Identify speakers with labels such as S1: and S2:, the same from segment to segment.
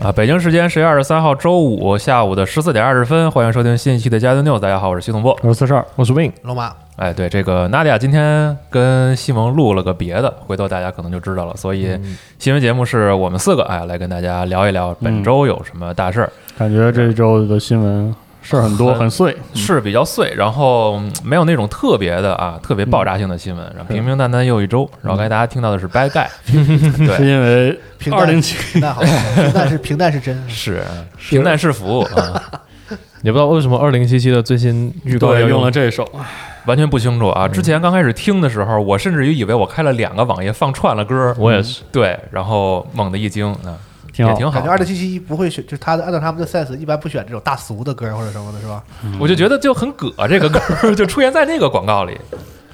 S1: 啊，北京时间十月二十三号周五下午的十四点二十分，欢迎收听新一期的《加顿 news》。大家好，我是徐总波。
S2: 我是四十二，我是 Win。
S3: 龙马，
S1: 哎，对，这个娜迪亚今天跟西蒙录了个别的，回头大家可能就知道了。所以新闻节目是我们四个哎来跟大家聊一聊本周有什么大事儿，
S2: 感觉这周的新闻事儿很多，
S1: 很
S2: 很碎。
S1: 是比较碎，然后嗯没有那种特别的啊，特别爆炸性的新闻，然后
S2: 是
S1: 平平淡淡又一周。然后刚才大家听到的是 Bad Guy，
S2: 是
S1: 对，
S2: 因为
S3: 平淡
S2: 二零七
S3: 平淡好，平淡是平淡 是真。
S1: 是平淡是福啊，
S4: 也不知道为什么二零七七的最新预告要
S2: 对用
S4: 用
S2: 了这首，嗯
S1: 完全不清楚啊。之前刚开始听的时候，我甚至于以为我开了两个网页放串了歌，
S4: 我也是，
S1: 对，然后猛的一惊啊，
S2: 挺
S1: 也
S2: 好。
S1: 挺好
S3: 感觉。二六七七不会选，就是他的按照他们的 sense，一般不选这种大俗的歌或者什么的，是吧？
S1: 我就觉得就很葛，这个歌儿 就出现在那个广告里，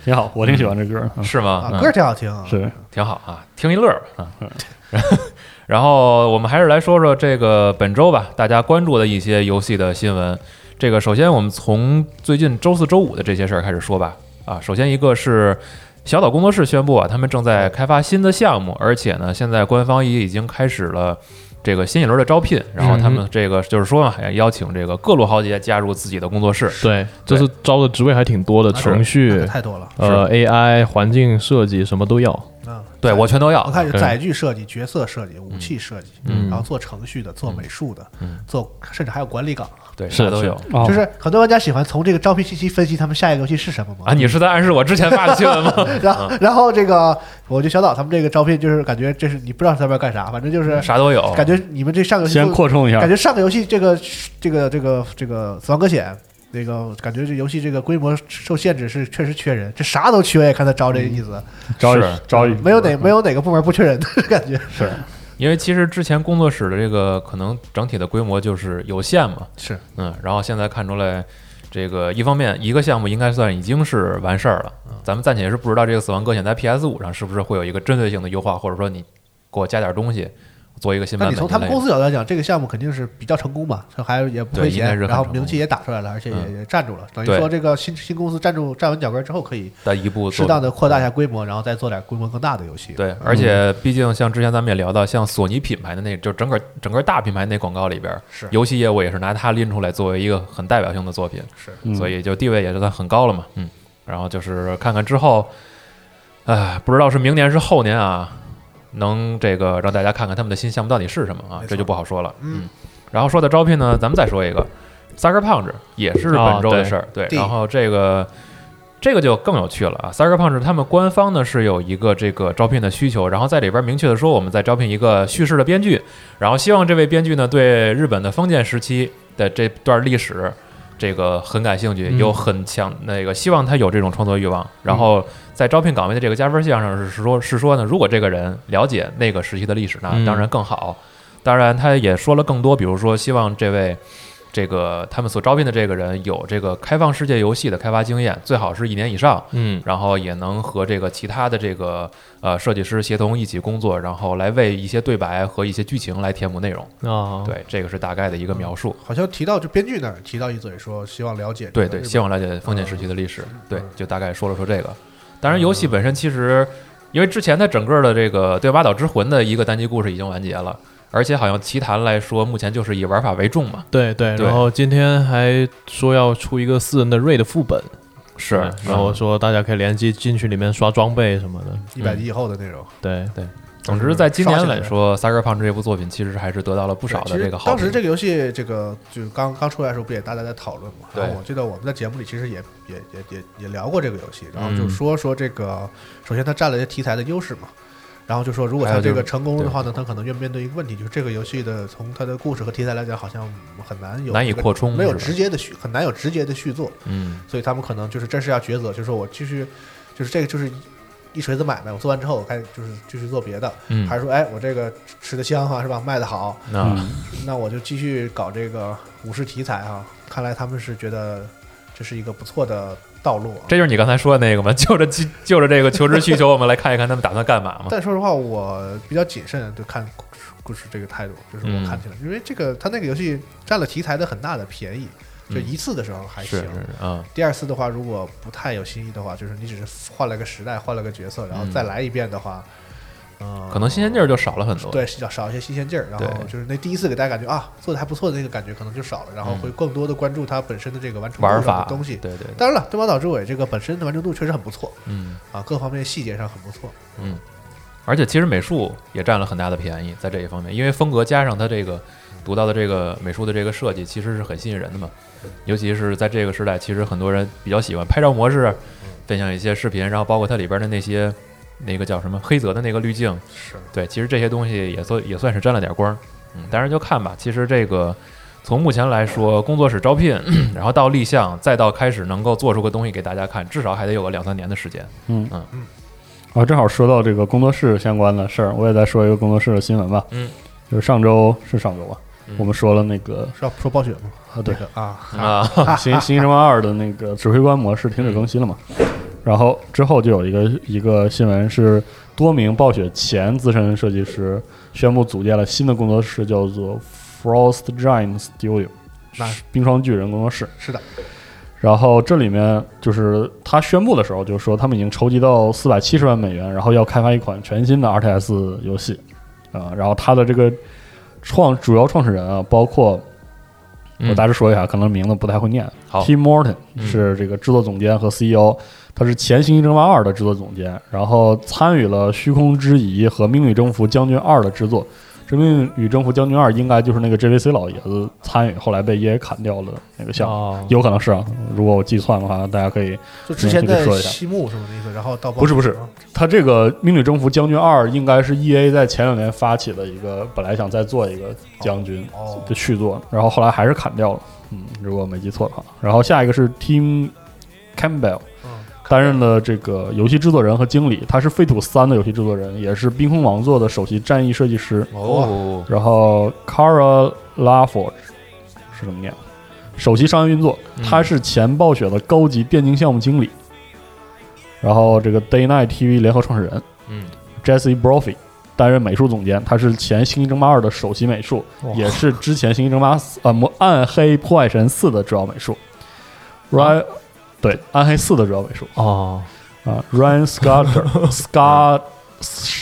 S2: 挺好，我挺喜欢这歌儿。嗯
S1: 是吗？
S3: 啊，
S1: 嗯
S3: 歌挺好听啊，
S2: 是
S1: 挺好啊，听一乐儿吧啊。 然后我们还是来说说这个本周吧，大家关注的一些游戏的新闻。这个首先我们从最近周四周五的这些事儿开始说吧。啊，首先一个是小岛工作室宣布啊，他们正在开发新的项目，而且呢，现在官方也已经开始了。这个新一轮的招聘，然后他们这个就是说嘛，也邀请这个各路豪杰加入自己的工作室，
S4: 对，这次招的职位还挺多的，程
S3: 那可
S4: 序、
S3: 太多
S1: 啊
S3: 了。
S4: 呃 AI、环境设计什么都要。
S3: 嗯，
S1: 对我全都要。
S3: 我看有
S4: 对
S3: 载具设计、角色设计、武器设计，
S1: 嗯
S3: 然后做程序的、做美术的
S1: 嗯、
S3: 做甚至还有管理岗。
S1: 对，
S4: 是
S1: 啥都
S4: 是
S1: 有
S2: 哦
S3: 就是很多玩家喜欢从这个招聘信息分析他们下一个游戏是什么嘛
S1: 啊！。你啊是在暗示我之前发的新闻吗？
S3: 然后，然后这个，我就小岛他们这个招聘，就是感觉这是你不知道他们要干啥，反正就是
S1: 啥都有，
S3: 感觉你们这上个游戏
S2: 先
S3: 做
S2: 扩充一下
S3: 感，觉上个游戏这个这个这个这个《死亡搁浅》那个感觉这游戏这个规模受限制是确实缺人，这啥都缺，看他招这意思，
S2: 招一
S1: 是
S2: 招一，
S3: 没有哪没有哪个部门不缺人的 感觉。
S2: 是
S1: 因为其实之前工作室的这个可能整体的规模就是有限嘛，
S3: 是，
S1: 嗯，然后现在看出来，这个一方面一个项目应该算已经是完事儿了，
S3: 嗯
S1: 咱们暂且是不知道这个《死亡搁浅》在 PS 五上是不是会有一个针对性的优化，或者说你给我加点东西，做一个新
S3: 那
S1: 版
S3: 你
S1: 本之类的。
S3: 从他们公司角度来讲，这个项目肯定是比较成功吧，这还也不
S1: 对
S3: 亏
S1: 应该
S3: 钱，
S1: 是很
S3: 然后
S1: 成功
S3: 名气也打出来了，而且也也站住了，等
S1: 嗯
S3: 于
S1: 对
S3: 说这个新新公司站住站稳脚跟之后，可以
S1: 在一步
S3: 适
S1: 做
S3: 当的扩大一下规模，然后再做点规模更大的游戏。
S1: 对，而且毕竟像之前咱们也聊到，像索尼品牌的那，就整个整个大品牌那广告里边儿，
S3: 是
S1: 游戏业务也是拿它拎出来作为一个很代表性的作品，
S3: 是
S2: 嗯
S1: 所以就地位也就算很高了嘛，嗯，然后就是看看之后，哎，不知道是明年是后年啊，能这个让大家看看他们的新项目到底是什么啊
S3: 没，错
S1: 这就不好说了，嗯，然后说到招聘呢，咱们再说一个，Sucker Punch 也是本周
S4: 啊
S1: 的
S4: 对
S1: 事儿，对，
S3: 对
S1: 然后这个。这个就更有趣了啊！Sucker Punch 他们官方呢是有一个这个招聘的需求，然后在里边明确的说我们在招聘一个叙事的编剧，然后希望这位编剧呢对日本的封建时期的这段历史这个很感兴趣，有很强那个希望他有这种创作欲望。然后在招聘岗位的这个加分项上是说是说呢，如果这个人了解那个时期的历史，那
S4: 嗯
S1: 当然更好。当然，他也说了更多，比如说希望这位这个他们所招聘的这个人有这个开放世界游戏的开发经验，最好是一年以上，
S4: 嗯，
S1: 然后也能和这个其他的这个呃设计师协同一起工作，然后来为一些对白和一些剧情来填补内容。
S4: 啊，
S1: 对，这个是大概的一个描述。
S3: 好像提到就编剧那儿提到一嘴说，希望了解
S1: 对对，
S3: 这个日本嗯
S1: 希望了解封建时期的历史。对，就大概说了说这个。当然，游戏本身其实，因为之前它整个的这个《对马岛之魂》的一个单机故事已经完结了，而且好像奇谭来说，目前就是以玩法为重嘛。
S4: 对对，
S1: 对
S4: 然后今天还说要出一个私人的 raid 副本，
S1: 是
S4: 嗯然后说大家可以联机进去里面刷装备什么的，
S3: 一百级以后的内容。
S4: 对，
S1: 总之，在今年来说，《萨克胖》这部作品其实还是得到了不
S3: 不
S1: 少的这个好
S3: 当时
S1: 评。
S3: 这个游戏，这个就刚刚出来的时候，不也大家在讨论嘛？
S1: 对
S3: 然后我记得我们在节目里其实也也也也也聊过这个游戏，然后
S1: 嗯
S3: 就说说这个，首先它占了一些题材的优势嘛。然后就说，如果
S1: 还
S3: 它
S1: 有就
S3: 这
S1: 是
S3: 个成功的话呢，它可能要面对一个问题，就是这个游戏的从它的故事和题材来讲，好像很难有
S1: 难以
S3: 这个
S1: 扩充
S3: 没有
S1: 是吧
S3: 直接的续，很难有直接的续作。
S1: 嗯，
S3: 所以他们可能就是真是要抉择，就是说我继续，就是这个就是一锤子买卖，我做完之后我开始就是继续做别的，
S1: 嗯
S3: 还是说哎我这个吃的香哈、是嗯吧，卖的好，
S1: 那
S3: 那我就继续搞这个武士题材啊。看来他们是觉得这是一个不错的道路啊。
S1: 这就是你刚才说的那个嘛？ 就着就就着这个求职需求，我们来看一看他们打算干嘛嘛？
S3: 但说实话，我比较谨慎对看故事故事这个态度，就是
S1: 嗯
S3: 我看起来，因为这个他那个游戏占了题材的很大的便宜，就
S1: 嗯
S3: 一次的时候还
S1: 是
S3: 行，
S1: 是啊，
S3: 第二次的话，如果不太有新意的话，就是你只是换了个时代，换了个角色，然后再来一遍的话，嗯，
S1: 嗯可能新鲜劲儿就少了很多。
S3: 对少少一些新鲜劲儿，然后
S1: 对
S3: 就是那第一次给大家感觉啊做的还不错的那个感觉可能就少了，然后
S1: 嗯
S3: 会更多的关注它本身的这个完成度
S1: 玩
S3: 上的
S1: 法
S3: 东西。
S1: 对对，对
S3: 当然了，《东方岛之尾》这个本身的完成度确实很不错
S1: 嗯，
S3: 啊，各方面细节上很不错。
S1: 而且其实美术也占了很大的便宜在这一方面，因为风格加上它这个独到的这个美术的这个设计，其实是很吸引人的嘛。尤其是在这个时代，其实很多人比较喜欢拍照模式，分享一些视频，然后包括它里边的那些那个叫什么黑泽的那个滤镜，
S3: 是，
S1: 对，其实这些东西也算也算是沾了点光儿，嗯，当然就看吧。其实这个从目前来说，工作室招聘， 然后到立项，再到开始能够做出个东西给大家看，至少还得有个两三年的时间。
S2: 嗯
S1: 嗯
S2: 啊，正好说到这个工作室相关的事儿，我也再说一个工作室的新闻吧。
S1: 嗯，
S2: 就是上周是上周吧，
S1: 嗯
S2: 我们说了那个
S3: 是要说暴雪吗？
S2: 啊，对
S3: 那，个啊，
S1: 啊，
S2: 《新新生二》的那个指挥官模式停止更新了嘛？然后之后就有一个一个新闻是，多名暴雪前资深设计师宣布组建了新的工作室，叫做 Frost Giant Studio，
S3: 那
S2: 冰霜巨人工作室。
S3: 是的，
S2: 然后这里面就是他宣布的时候就说他们已经筹集到四百七十万美元，然后要开发一款全新的 RTS 游戏，啊、然后他的这个创主要创始人啊，包括
S1: 嗯
S2: 我大致说一下，可能名字不太会念。
S1: 好
S2: Tim Morton
S1: 嗯
S2: 是这个制作总监和 CEO，他是前《星际争霸二》的制作总监，然后参与了《虚空之遗》和《命运征服将军二》的制作。这《命运征服将军二》应该就是那个 JVC 老爷子参与，后来被 EA 砍掉了那个项目。
S1: 哦，
S2: 有可能是啊，如果我计算的话，大家可以。
S3: 就之前
S2: 你
S3: 的
S2: 可以说一下
S3: 西木是吗？那意思，然后到暴
S2: 不是
S3: 雪
S2: 不是
S3: 啊
S2: 他这个《命运征服将军二》应该是 EA 在前两年发起的一个，本来想再做一个将军，
S3: 哦，
S2: 的续作，然后后来还是砍掉了，嗯，如果我没记错的话。然后下一个是 Tim Campbell
S3: 嗯
S2: 担任了这个游戏制作人和经理，他是《废土三》的游戏制作人，也是《冰空王座》的首席战役设计师。
S1: 哦，
S2: 然后 Cara Laforge 是怎么念？首席商业运作，
S1: 嗯
S2: 他是前暴雪的高级电竞项目经理，然后这个 Day Night TV 联合创始人。
S1: 嗯，
S2: Jesse Brophy 担任美术总监，他是前《星际争霸二》的首席美术，
S1: 哇
S2: 也是之前《星际争霸四》呃《魔暗黑破坏神四》的主要美术。Ryan、对《暗黑四》的主要美术
S4: 哦，
S2: 啊 ，Ryan Scotter Scott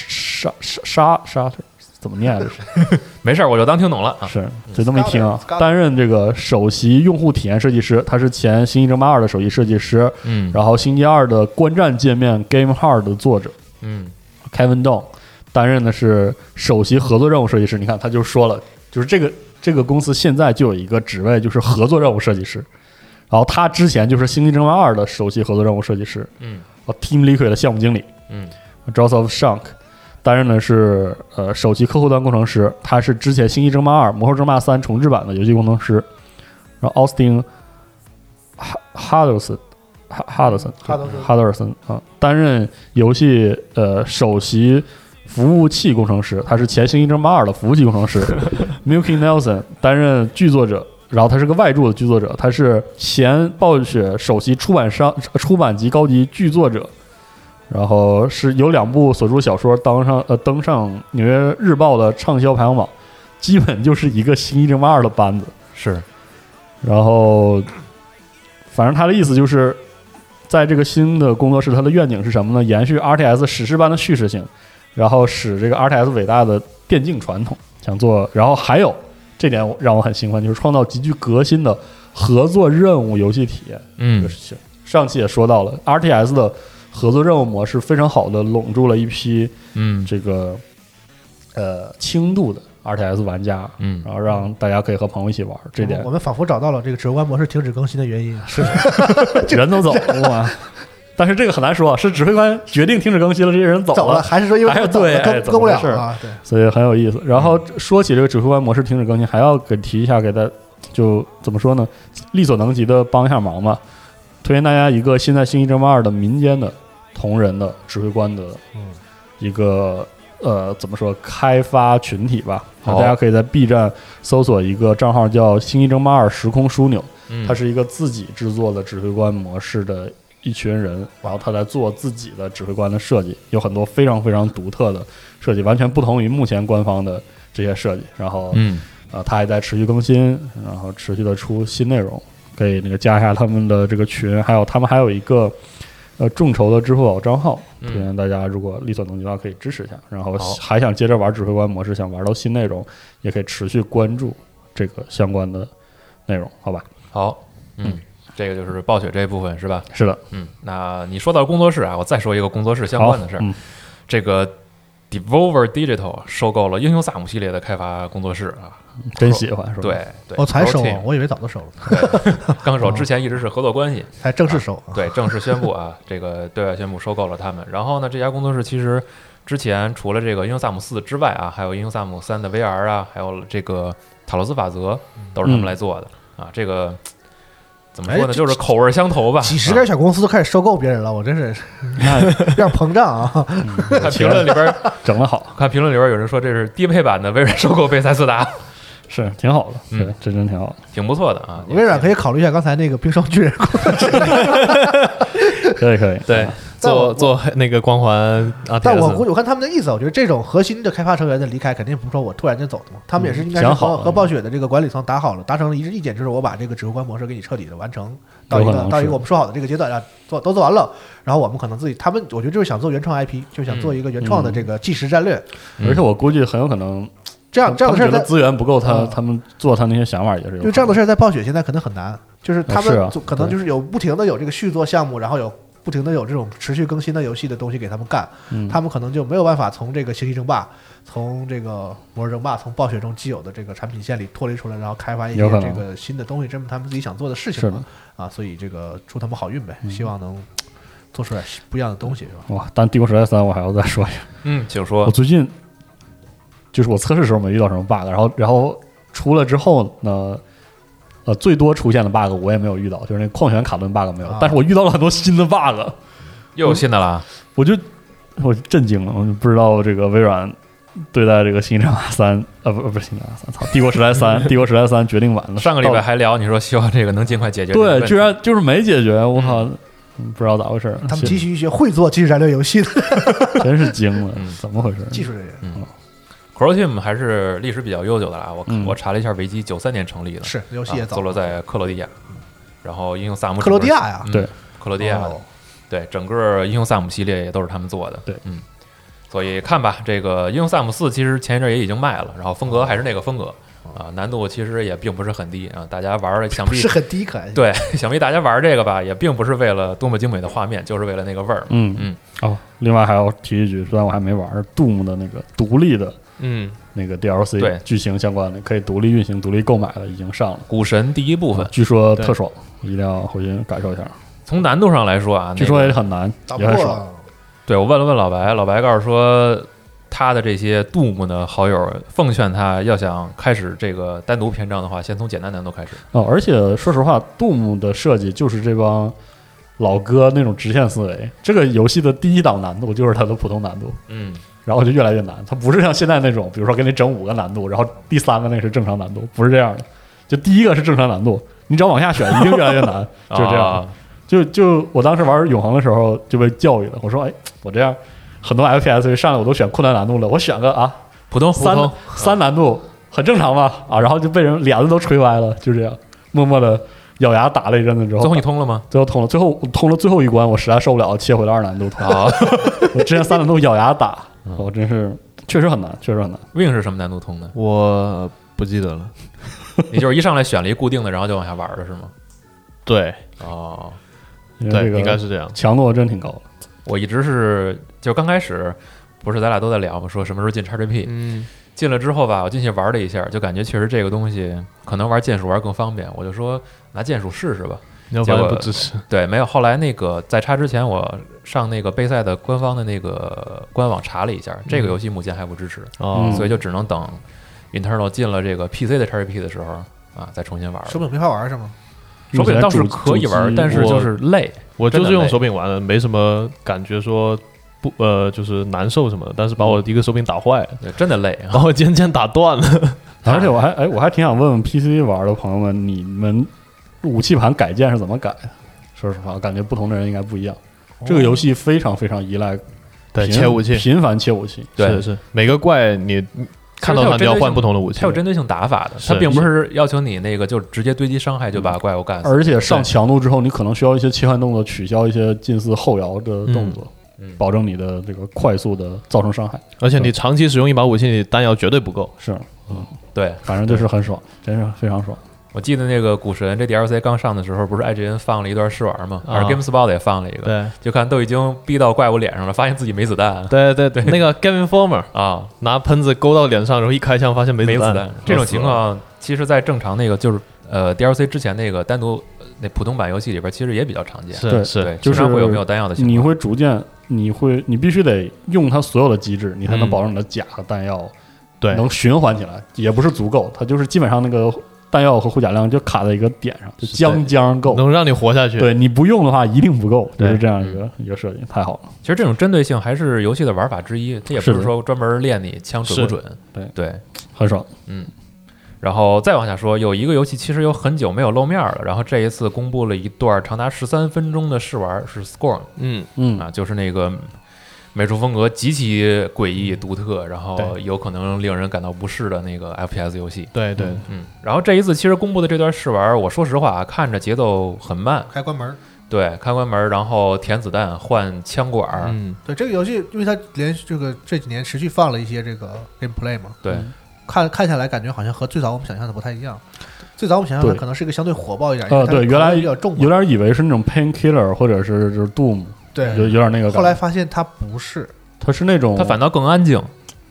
S2: 沙沙沙沙怎么念啊？这是
S1: 没事儿，我就当听懂了啊。
S2: 是就这么一听啊
S3: Scotter，Scotter
S2: 担任这个首席用户体验设计师，他是前《星际争霸二》的首席设计师，
S1: 嗯
S2: 然后《星际二》的观战界面 Game Hard 的作者。
S1: 嗯
S2: Kevin d o n 担任的是首席合作任务设计师。你看，他就说了，就是这个这个公司现在就有一个职位，就是合作任务设计师。然后他之前就是《星际争霸二》的首席合作任务设计师，
S1: 嗯
S2: 哦，Team Liquid 的项目经理
S1: 嗯
S2: Joseph Shank 担任的是呃首席客户端工程师，他是之前《星际争霸二》《魔兽争霸三》重置版的游戏工程师。然后 Austin Ha- Huddleston Ha- Huddleston
S3: 哈德森
S2: 哈德尔森啊，担任游戏呃首席服务器工程师，他是前《星际争霸二》的服务器工程师，Milky Nelson 担任剧作者，然后他是个外注的剧作者，他是前暴雪首席出版商出版及高级剧作者，然后是有两部所著小说当上呃登上《纽约日报》的畅销排行榜，基本就是一个《星际争霸二》的班子。
S1: 是
S2: 然后，反正他的意思就是，在这个新的工作室，他的愿景是什么呢？延续 RTS 史诗般的叙事性，然后使这个 RTS 伟大的电竞传统，想做。然后还有这点我让我很兴奋，就是创造极具革新的合作任务游戏体验这
S1: 嗯
S2: 个事情。上期也说到了，RTS 的合作任务模式非常好的笼住了一批
S1: 嗯
S2: 这个呃轻度的 RTS 玩家。
S1: 嗯
S2: 然后让大家可以和朋友一起玩，这点
S3: 我们仿佛找到了这个指挥官模式停止更新的原因。啊是
S2: 人都走了嘛。但是这个很难说，是指挥官决定停止更新了，这些人走
S3: 走了，还是说因为
S2: 哎
S3: 他们走
S2: 对
S3: 了
S2: 哎
S3: 更
S2: 怎么
S3: 更不了
S2: 回事儿
S3: 啊？对，
S2: 所以很有意思。然后说起这个指挥官模式停止更新，还要给提一下，给大就怎么说呢？力所能及的帮一下忙吧。推荐大家一个现在《星际争霸二》的民间的同人的指挥官的
S3: 嗯
S2: 一个呃怎么说开发群体吧。
S1: 好
S2: 大家可以在 B 站搜索一个账号叫“星际争霸二时空枢纽”，
S1: 嗯，
S2: 他是一个自己制作的指挥官模式的一群人，然后他在做自己的指挥官的设计，有很多非常非常独特的设计，完全不同于目前官方的这些设计。然后，
S1: 嗯
S2: 呃，他还在持续更新，然后持续的出新内容，可以那个加一下他们的这个群，还有他们还有一个呃众筹的支付宝账号，
S1: 嗯
S2: 推荐大家如果力所能及的话可以支持一下。然后
S1: 好
S2: 还想接着玩指挥官模式，想玩到新内容，也可以持续关注这个相关的内容，好吧？
S1: 好，嗯，这个就是暴雪这一部分是吧？
S2: 是的，
S1: 嗯，那你说到工作室啊，我再说一个工作室相
S2: 好
S1: 关的事儿。
S2: 嗯，
S1: 这个 Devolver Digital 收购了英雄萨姆系列的开发工作室啊，
S2: 真喜欢是吧？，
S1: 对对，
S3: 哦，才收
S1: Pro
S3: 啊，
S1: Team
S3: 我以为早就收了，
S1: 刚手之前一直是合作关系，
S3: 才正式收 啊。
S1: 对，正式宣布啊，这个对外宣布收购了他们。然后呢，这家工作室其实之前除了这个《英雄萨姆四》之外啊，还有《英雄萨姆三》的 VR 啊，还有这个《塔罗斯法则》
S3: 嗯
S1: 都是他
S2: 嗯
S1: 们来做的、啊。这个怎么说呢，
S3: 哎这
S1: 就是口味相投 吧。啊
S3: 几十家小公司都开始收购别人了，我真是 有点膨胀 啊！
S1: 啊看评论里 边，
S2: 整得好，
S1: 看评论里边有人说这是低配版的微软收购贝塞斯达，
S2: 是挺好的，
S1: 嗯
S2: 对，这真挺好的。
S1: 挺不错的啊。
S3: 微软可以考虑一下刚才那个冰霜巨人，
S2: 可以可以，
S4: 对，
S3: 但我
S4: 做做那个光环啊，
S3: 但我
S4: PS？
S3: 估计我看他们的意思啊，我觉得这种核心的开发成员的离开，肯定不是说我突然就走的嘛，他们也是应该是
S2: 嗯想好
S3: 和
S2: 了
S3: 和暴雪的这个管理层打好了，达成了一致意见，就是我把这个指挥官模式给你彻底的完成到一
S2: 有可
S3: 个
S2: 能
S3: 到一
S2: 是
S3: 个我们说好的这个阶段，啊，做都做完了，然后我们可能自己他们，我觉得就是想做原创 IP，就想
S2: 嗯
S3: 做一个原创的这个计时战略，
S1: 嗯
S2: 而且我估计很有可能
S3: 这样这样
S2: 他
S3: 的事儿
S2: 们觉得
S3: 在
S2: 资源不够，他
S3: 嗯
S2: 他们做他那些想法也是有
S3: 就这样的
S2: 可
S3: 事儿在暴雪现在可能很难，就是他
S2: 是啊
S3: 们就可能就是有不停的有这个续作项目，然后有。不停的有这种持续更新的游戏的东西给他们干，
S2: 能嗯
S3: 他们可能就没有办法从这个星际争霸、从这个魔兽争霸、从暴雪中既有的这个产品线里脱离出来，然后开发一些
S2: 有可
S3: 这
S2: 能
S3: 个新的东西，这是他们自己想做的事情
S2: 是
S3: 嘛
S2: 的。嗯
S3: 啊，所以这个祝他们好运呗，希望能做出点不一样的东西，是吧？
S2: 哇，但《帝国时代三》我还要再说一下，
S1: 嗯，请
S2: 我
S1: 说。
S2: 最近就是我测试时候没遇到什么 bug，然后然后出了之后呢，呃，最多出现的 bug 我也没有遇到，就是那矿泉卡顿 bug 没有
S3: 啊，
S2: 但是我遇到了很多新的 bug，
S1: 又有新的了啊，
S2: 我就我就震惊了，我就不知道这个微软对待这个《星际争霸三》呃不不是《星际争霸三》，操，《帝国时 代三》《帝国时代三》决定版了，
S1: 上个礼
S2: 到
S1: 拜还聊，你说希望这个能尽快解决这个问
S2: 哦对，
S1: 题。
S2: 居然就是没解决，我靠，嗯不知道咋回事儿，
S3: 他们
S2: 真
S3: 急需一些会做即时战略游戏的
S2: 嗯真是惊了
S1: 嗯，
S2: 怎么回事 儿？
S3: 技术人员。
S1: Core Team 还是历史比较悠久的啦。我、
S2: 嗯
S1: 我查了一下维基，九三年成立的，
S3: 是游戏也
S1: 啊
S3: 早
S1: 坐落在克罗地亚，然后英雄萨姆
S3: 克罗地
S1: 亚，
S3: 亚呀，
S1: 嗯
S2: 对，
S1: 克罗地亚的，
S3: 哦
S1: 对，整个英雄萨姆系列也都是他们做的，
S2: 对，
S1: 嗯，所以看吧，这个英雄萨姆四其实前一阵也已经卖了，然后风
S3: 哦
S1: 格还是那个风格啊，难度其实也并不是很低啊，大家玩儿想必
S3: 是很低可爱。
S1: 对，想必大家玩这个吧，也并不是为了多么精美的画面，就是为了那个味儿嘛，
S2: 嗯
S1: 嗯，
S2: 哦，另外还要提一句，虽然我还没玩儿 Doom 的那个独立的
S1: 嗯，
S2: 那个 DLC
S1: 对
S2: 剧情相关的，可以独立运行、独立购买的已经上了，哦
S1: 股神第一部分，
S2: 据说特
S1: 对
S2: 爽，一定要回去感受一下。
S1: 从难度上来说啊，
S2: 据
S1: 那
S2: 说
S1: 个
S2: 也很难，
S3: 打不
S2: 也很爽。
S3: 过，
S1: 对我问了问老白，老白告诉说，他的这些 Doom 的好友奉劝他，要想开始这个单独篇章的话，先从简单难度开始。
S2: 哦，而且说实话，Doom 的设计就是这帮老哥那种直线思维。这个游戏的第一档难度就是它的普通难度，
S1: 嗯，
S2: 然后就越来越难。它不是像现在那种，比如说给你整五个难度，然后第三个那个是正常难度，不是这样的。就第一个是正常难度，你只要往下选，一定越来越难，就是这样。
S1: 啊
S2: 就就我当时玩永恒的时候就被教育了，我说哎，我这样很多 FPS 上来我都选困难难度了，我选个啊
S1: 普通普
S2: 三
S1: 通，
S2: 三难度很正常吧啊，然后就被人脸子都吹歪了，就这样默默的咬牙打了一阵子之后，
S1: 最后你通了吗？
S2: 最后通了，最后我通了最后一关，我实在受不了，我切回了二难度通。
S1: 啊嗯
S2: 我之前三难度咬 牙打，我真是确实很难，确实很难。
S1: ，Win 是什么难度通的
S4: 我不记得了。
S1: 你就是一上来选了一固定的，然后就往下玩了是 吗？
S4: 对
S1: 哦，
S2: 因为
S4: 对，
S2: 这
S4: 应该
S2: 个
S4: 是这样。
S2: 强度真挺高的。
S1: 我一直是就刚开始。不是，咱俩都在聊嘛，说什么时候进 XGP？
S4: 嗯，
S1: 进了之后吧，我进去玩了一下，就感觉确实这个东西可能玩键鼠玩更方便。我就说拿键鼠试试吧，
S4: 要不
S1: 结
S4: 然
S1: 果
S4: 不支持。
S1: 对，没有。后来那个在插之前，我上那个杯赛的官方的那个官网查了一下，这个游戏目前还不支持，
S4: 哦
S2: 嗯
S1: 所以就只能等 Internal 进了这个 PC 的 XGP 的时候啊，再重新玩。
S3: 手柄没法玩是吗？
S1: 手柄倒是可以
S2: 目
S1: 玩，
S2: 前主
S1: 但是
S2: 主机
S1: 就是累。
S4: 我就
S1: 真的
S4: 是用
S1: 累
S4: 手柄玩的，没什么感觉说不呃，就是难受什么的。但是把我一个手柄打坏了，
S1: 对真的累啊。
S4: 把我肩键打断了。
S2: 而且我还哎，我还挺想问问 PC 玩的朋友们，你们武器盘改键是怎么改的？说实话，我感觉不同的人应该不一样。
S1: 哦
S2: 这个游戏非常非常依赖
S4: 对，
S2: 频
S4: 切武器
S2: 频繁切武器。
S1: 对
S4: 是是，每个怪你看到
S1: 它
S4: 它
S1: 有
S4: 你要换不
S1: 同，
S4: 同的武器
S1: 它有，针对性打法的，它
S4: 是
S1: 并不是要求你那个就直接堆积伤害就把怪物干死。
S2: 而且上强度之后，你可能需要一些切换动作，取消一些近似后摇的动作，
S1: 嗯嗯
S2: 保证你的这个快速的造成伤害。
S4: 而且你长期使用一把武器，你弹药绝对不够。
S2: 是，
S1: 对
S2: 反正就是很爽，真是非常爽。
S1: 我记得那个股神这 DLC 刚上的时候，不是 IGN 放了一段试玩嘛，
S4: 啊
S1: 而 GameSpot 也放了一个，
S4: 对
S1: 就看都已经逼到怪物脸上了，发现自己没子弹
S4: 对对对，那个 Game Informer
S1: 啊，
S4: 拿喷子勾到脸上，然后一开枪发现没
S1: 没
S4: 弹，
S1: 弹。这种情况其实，在正常那个就是呃 DLC 之前那个单独呃那普通版游戏里边，其实也比较常见。
S4: 是
S2: 对
S4: 是
S1: 对，
S2: 就是
S1: 经常会有没有弹药的情况。
S2: 你会逐渐，你会，你必须得用它所有的机制，你才能
S4: 嗯
S2: 保证你的甲和弹药
S4: 对，
S2: 能循环起来，也不是足够，它就是基本上那个弹药和护甲量就卡在一个点上，就是将将够。
S4: 能让你活下去。
S2: 对你不用的话，一定不够，就是
S4: 对嗯
S2: 这样一个一个设计，太好了。
S1: 其实这种针对性还是游戏的玩法之一，它也
S2: 是
S1: 不
S2: 的
S1: 是说专门练你枪准不
S4: 是
S1: 准。
S2: 对
S1: 对，
S2: 很爽，
S1: 然后再往下说，有一个游戏其实有很久没有露面了，然后这一次公布了一段长达十三分钟的试玩，是 Scorn
S4: 嗯，
S2: 嗯，
S1: 啊，就是那个美术风格极其诡异独特，然后
S4: 对
S1: 有可能令人感到不适的那个 FPS 游戏。
S4: 对对，
S1: 嗯，然后这一次其实公布的这段试玩，我说实话啊，看着节奏很慢，
S3: 开关门儿。
S1: 对，开关门，然后填子弹换枪管儿，
S4: 嗯，
S3: 对这个游戏，因为它连续这个这几年持续放了一些这个 gameplay 嘛，
S1: 对，
S3: 看看下来感觉好像和最早我们想象的不太一样。最早我们想象的
S2: 对
S3: 可能是一个相对火爆一点，
S2: 呃
S3: 因为它
S2: 对
S3: 口味
S2: 原来
S3: 比较重
S2: 有
S3: 嘛，
S2: 点以为是那种 painkiller 或者是就是 doom，有
S3: 对。
S2: 有点那个
S3: 后来
S2: 感觉。
S3: 发现它不是，
S2: 它是那种，
S1: 它反倒更安静。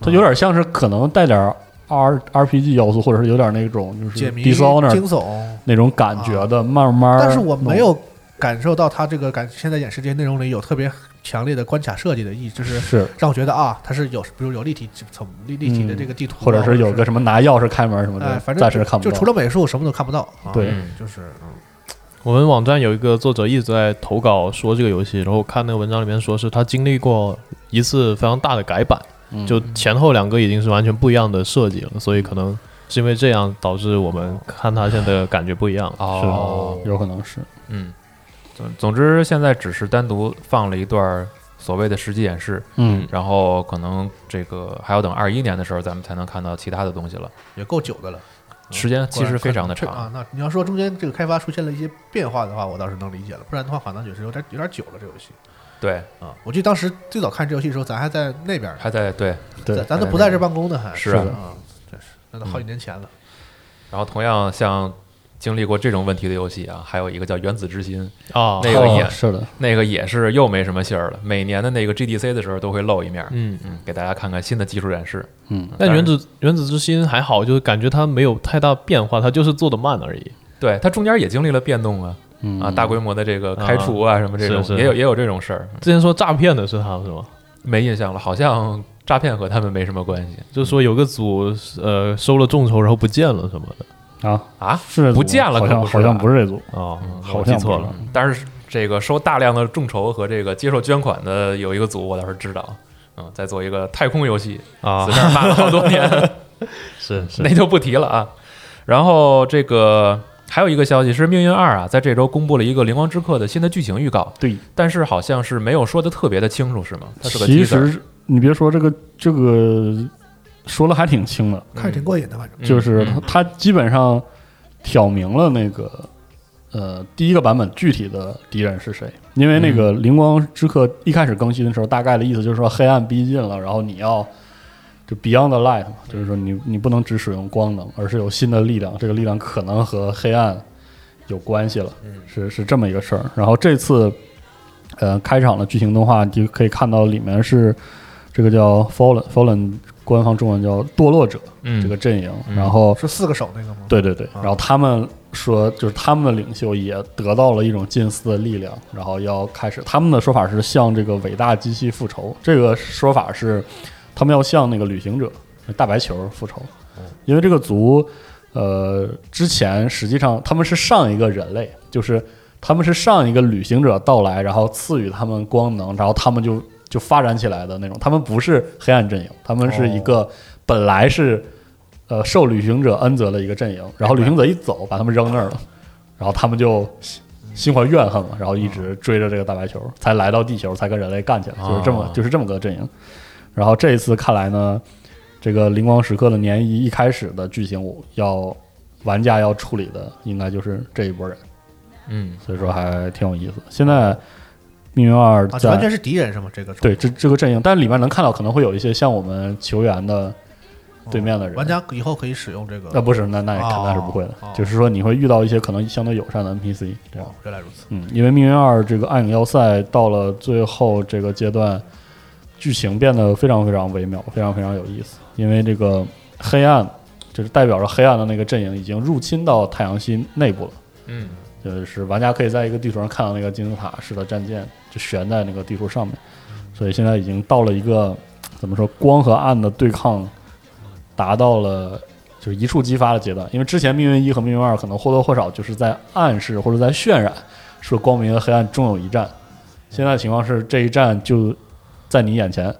S2: 它有点像是可能带点 R R P G 要素，或者是有点那种就
S3: 解
S2: 是
S3: 谜、惊
S2: dishonor
S3: 悚，
S2: 那种感觉的，慢慢。
S3: 但是我没，有感受到它这个感现在演示这些内容里有特别强烈的关卡设计的意义，就是
S2: 是
S3: 让我觉得啊，它是有，比如有立体层立立体的这个地图啊，
S2: 嗯或者
S3: 是
S2: 是有个什么拿钥匙开门什么
S3: 哎，
S2: 的，
S3: 反正
S2: 暂时看不
S3: 就
S2: 到。
S3: 除了美术什么都看不到。啊
S2: 对
S1: 嗯
S3: 就是嗯
S4: 我们网站有一个作者一直在投稿说这个游戏，然后我看那个文章里面说是他经历过一次非常大的改版，
S2: 嗯
S4: 就前后两个已经是完全不一样的设计了，所以可能是因为这样导致我们看他现在的感觉不一样。
S1: 哦，
S2: 有可能是
S1: 嗯，总总之现在只是单独放了一段所谓的实际演示，
S2: 嗯，
S1: 然后可能这个还要等二一年的时候，咱们才能看到其他的东西了。
S3: 也够久的了。
S1: 时间其实非常的
S3: 这
S1: 长，
S3: 啊。那你要说中间这个开发出现了一些变化的话，我倒是能理解了。不然的话，反正就是有点有点久了这游戏
S1: 对，
S3: 啊。我记得当时最早看这游戏的时候，咱还在那边呢，
S1: 还在对，
S2: 对
S3: 咱咱都不在这办公呢，还
S1: 是
S2: 啊
S3: 啊，真是那都好几年前了。
S1: 然后同样像经历过这种问题的游戏啊，还有一个叫《原子之心》，
S4: 啊，
S1: 那个也
S2: 哦是的，
S1: 那个也是又没什么信儿了。每年的那个 GDC 的时候都会露一面，
S4: 嗯，
S1: 嗯，给大家看看新的技术演示。
S2: 嗯，
S4: 但
S1: 当然
S4: 原子原子之心还好，就是感觉它没有太大变化，它就是做的慢而已。
S1: 对，它中间也经历了变动啊
S2: 嗯
S1: 啊，大规模的这个开除啊什么这
S4: 是
S1: 种，
S4: 是
S1: 也有也有这种事儿，
S4: 之前说诈骗的是他是吗？
S1: 没印象了，好像诈骗和他们没什么关系
S4: 就是说有个组呃收了众筹，然后不见了什么的
S2: 啊
S1: 啊。
S2: 是这组
S1: 不见了
S2: 好
S1: 可
S2: 像
S1: 不是啊
S2: 好像
S1: 吧
S2: 不是这组，
S4: 哦，那
S2: 好
S4: 我记
S2: 像
S4: 错
S2: 不
S4: 了
S2: 是。
S1: 嗯但是这个收大量的众筹和这个接受捐款的有一个组，我倒是知道。嗯，在做一个太空游戏，
S4: 啊
S1: 死，这儿骂了好多年，
S4: 是是
S1: 那就不提了啊。然后这个还有一个消息是，《命运二》啊，在这周公布了一个《灵光之客》的新的剧情预告，
S2: 对，
S1: 但是好像是没有说的特别的清楚，是吗？它是个
S2: 其
S1: teaser，
S2: 实你别说这个这个说了还挺轻的，
S1: 嗯
S3: 看着挺过瘾的，反正
S2: 就是
S1: 嗯
S2: 它它基本上挑明了那个呃第一个版本具体的敌人是谁，因为那个
S1: 嗯
S2: 《灵光之客》一开始更新的时候，大概的意思就是说黑暗逼近了，然后你要就 Beyond the Light 嘛，就是说你你不能只使用光能，而是有新的力量，这个力量可能和黑暗有关系了，是是这么一个事儿。然后这次呃开场的剧情动画，你就可以看到里面是这个叫 Fallen Fallen。官方中文叫“堕落者”
S1: 嗯
S2: 这个阵营，
S1: 嗯
S2: 然后
S3: 是四个手那个吗？
S2: 对对对，
S3: 啊
S2: 然后他们说，就是他们的领袖也得到了一种近似的力量，然后要开始他们的说法是向这个伟大机器复仇，这个说法是他们要向那个旅行者大白球复仇，因为这个族呃之前实际上他们是上一个人类，就是他们是上一个旅行者到来，然后赐予他们光能，然后他们就就发展起来的那种，他们不是黑暗阵营，他们是一个、
S3: 哦
S2: 本来是。呃受旅行者恩泽的一个阵营，然后旅行者一走，把他们扔那儿了，然后他们就心心怀怨恨嘛，然后一直追着这个大白球，才来到地球，才跟人类干起来，就是这么、
S1: 哦
S2: 就是这么个阵营。然后这一次看来呢，这个《灵光时刻》的年一一开始的剧情，我要玩家要处理的应该就是这一波人，
S1: 嗯，
S2: 所以说还挺有意思。现在《命运二
S3: 啊，》
S2: 在、
S3: 完全是敌人是吗？这个
S2: 对这这个阵营，但里面能看到可能会有一些像我们球员的对面的人，
S3: 哦玩家以后可以使用这个。
S1: 呃
S2: 那不是，那那也肯
S3: 哦
S2: 那是不会的
S3: 哦。
S2: 就是说你会遇到一些可能相对友善的 NPC 这样
S3: 哦。，原来如此。
S2: 嗯，因为《命运二》这个暗影要塞到了最后这个阶段，剧情变得非常非常微妙，非常非常有意思。因为这个黑暗，就是代表着黑暗的那个阵营已经入侵到太阳系内部了。
S1: 嗯，
S2: 就是玩家可以在一个地图上看到那个金字塔式的战舰就悬在那个地图上面，所以现在已经到了一个怎么说光和暗的对抗达到了就是一触即发的阶段。因为之前命运一和命运二可能或多或少就是在暗示或者在渲染说光明和黑暗终有一战，现在的情况是这一战就在你眼前，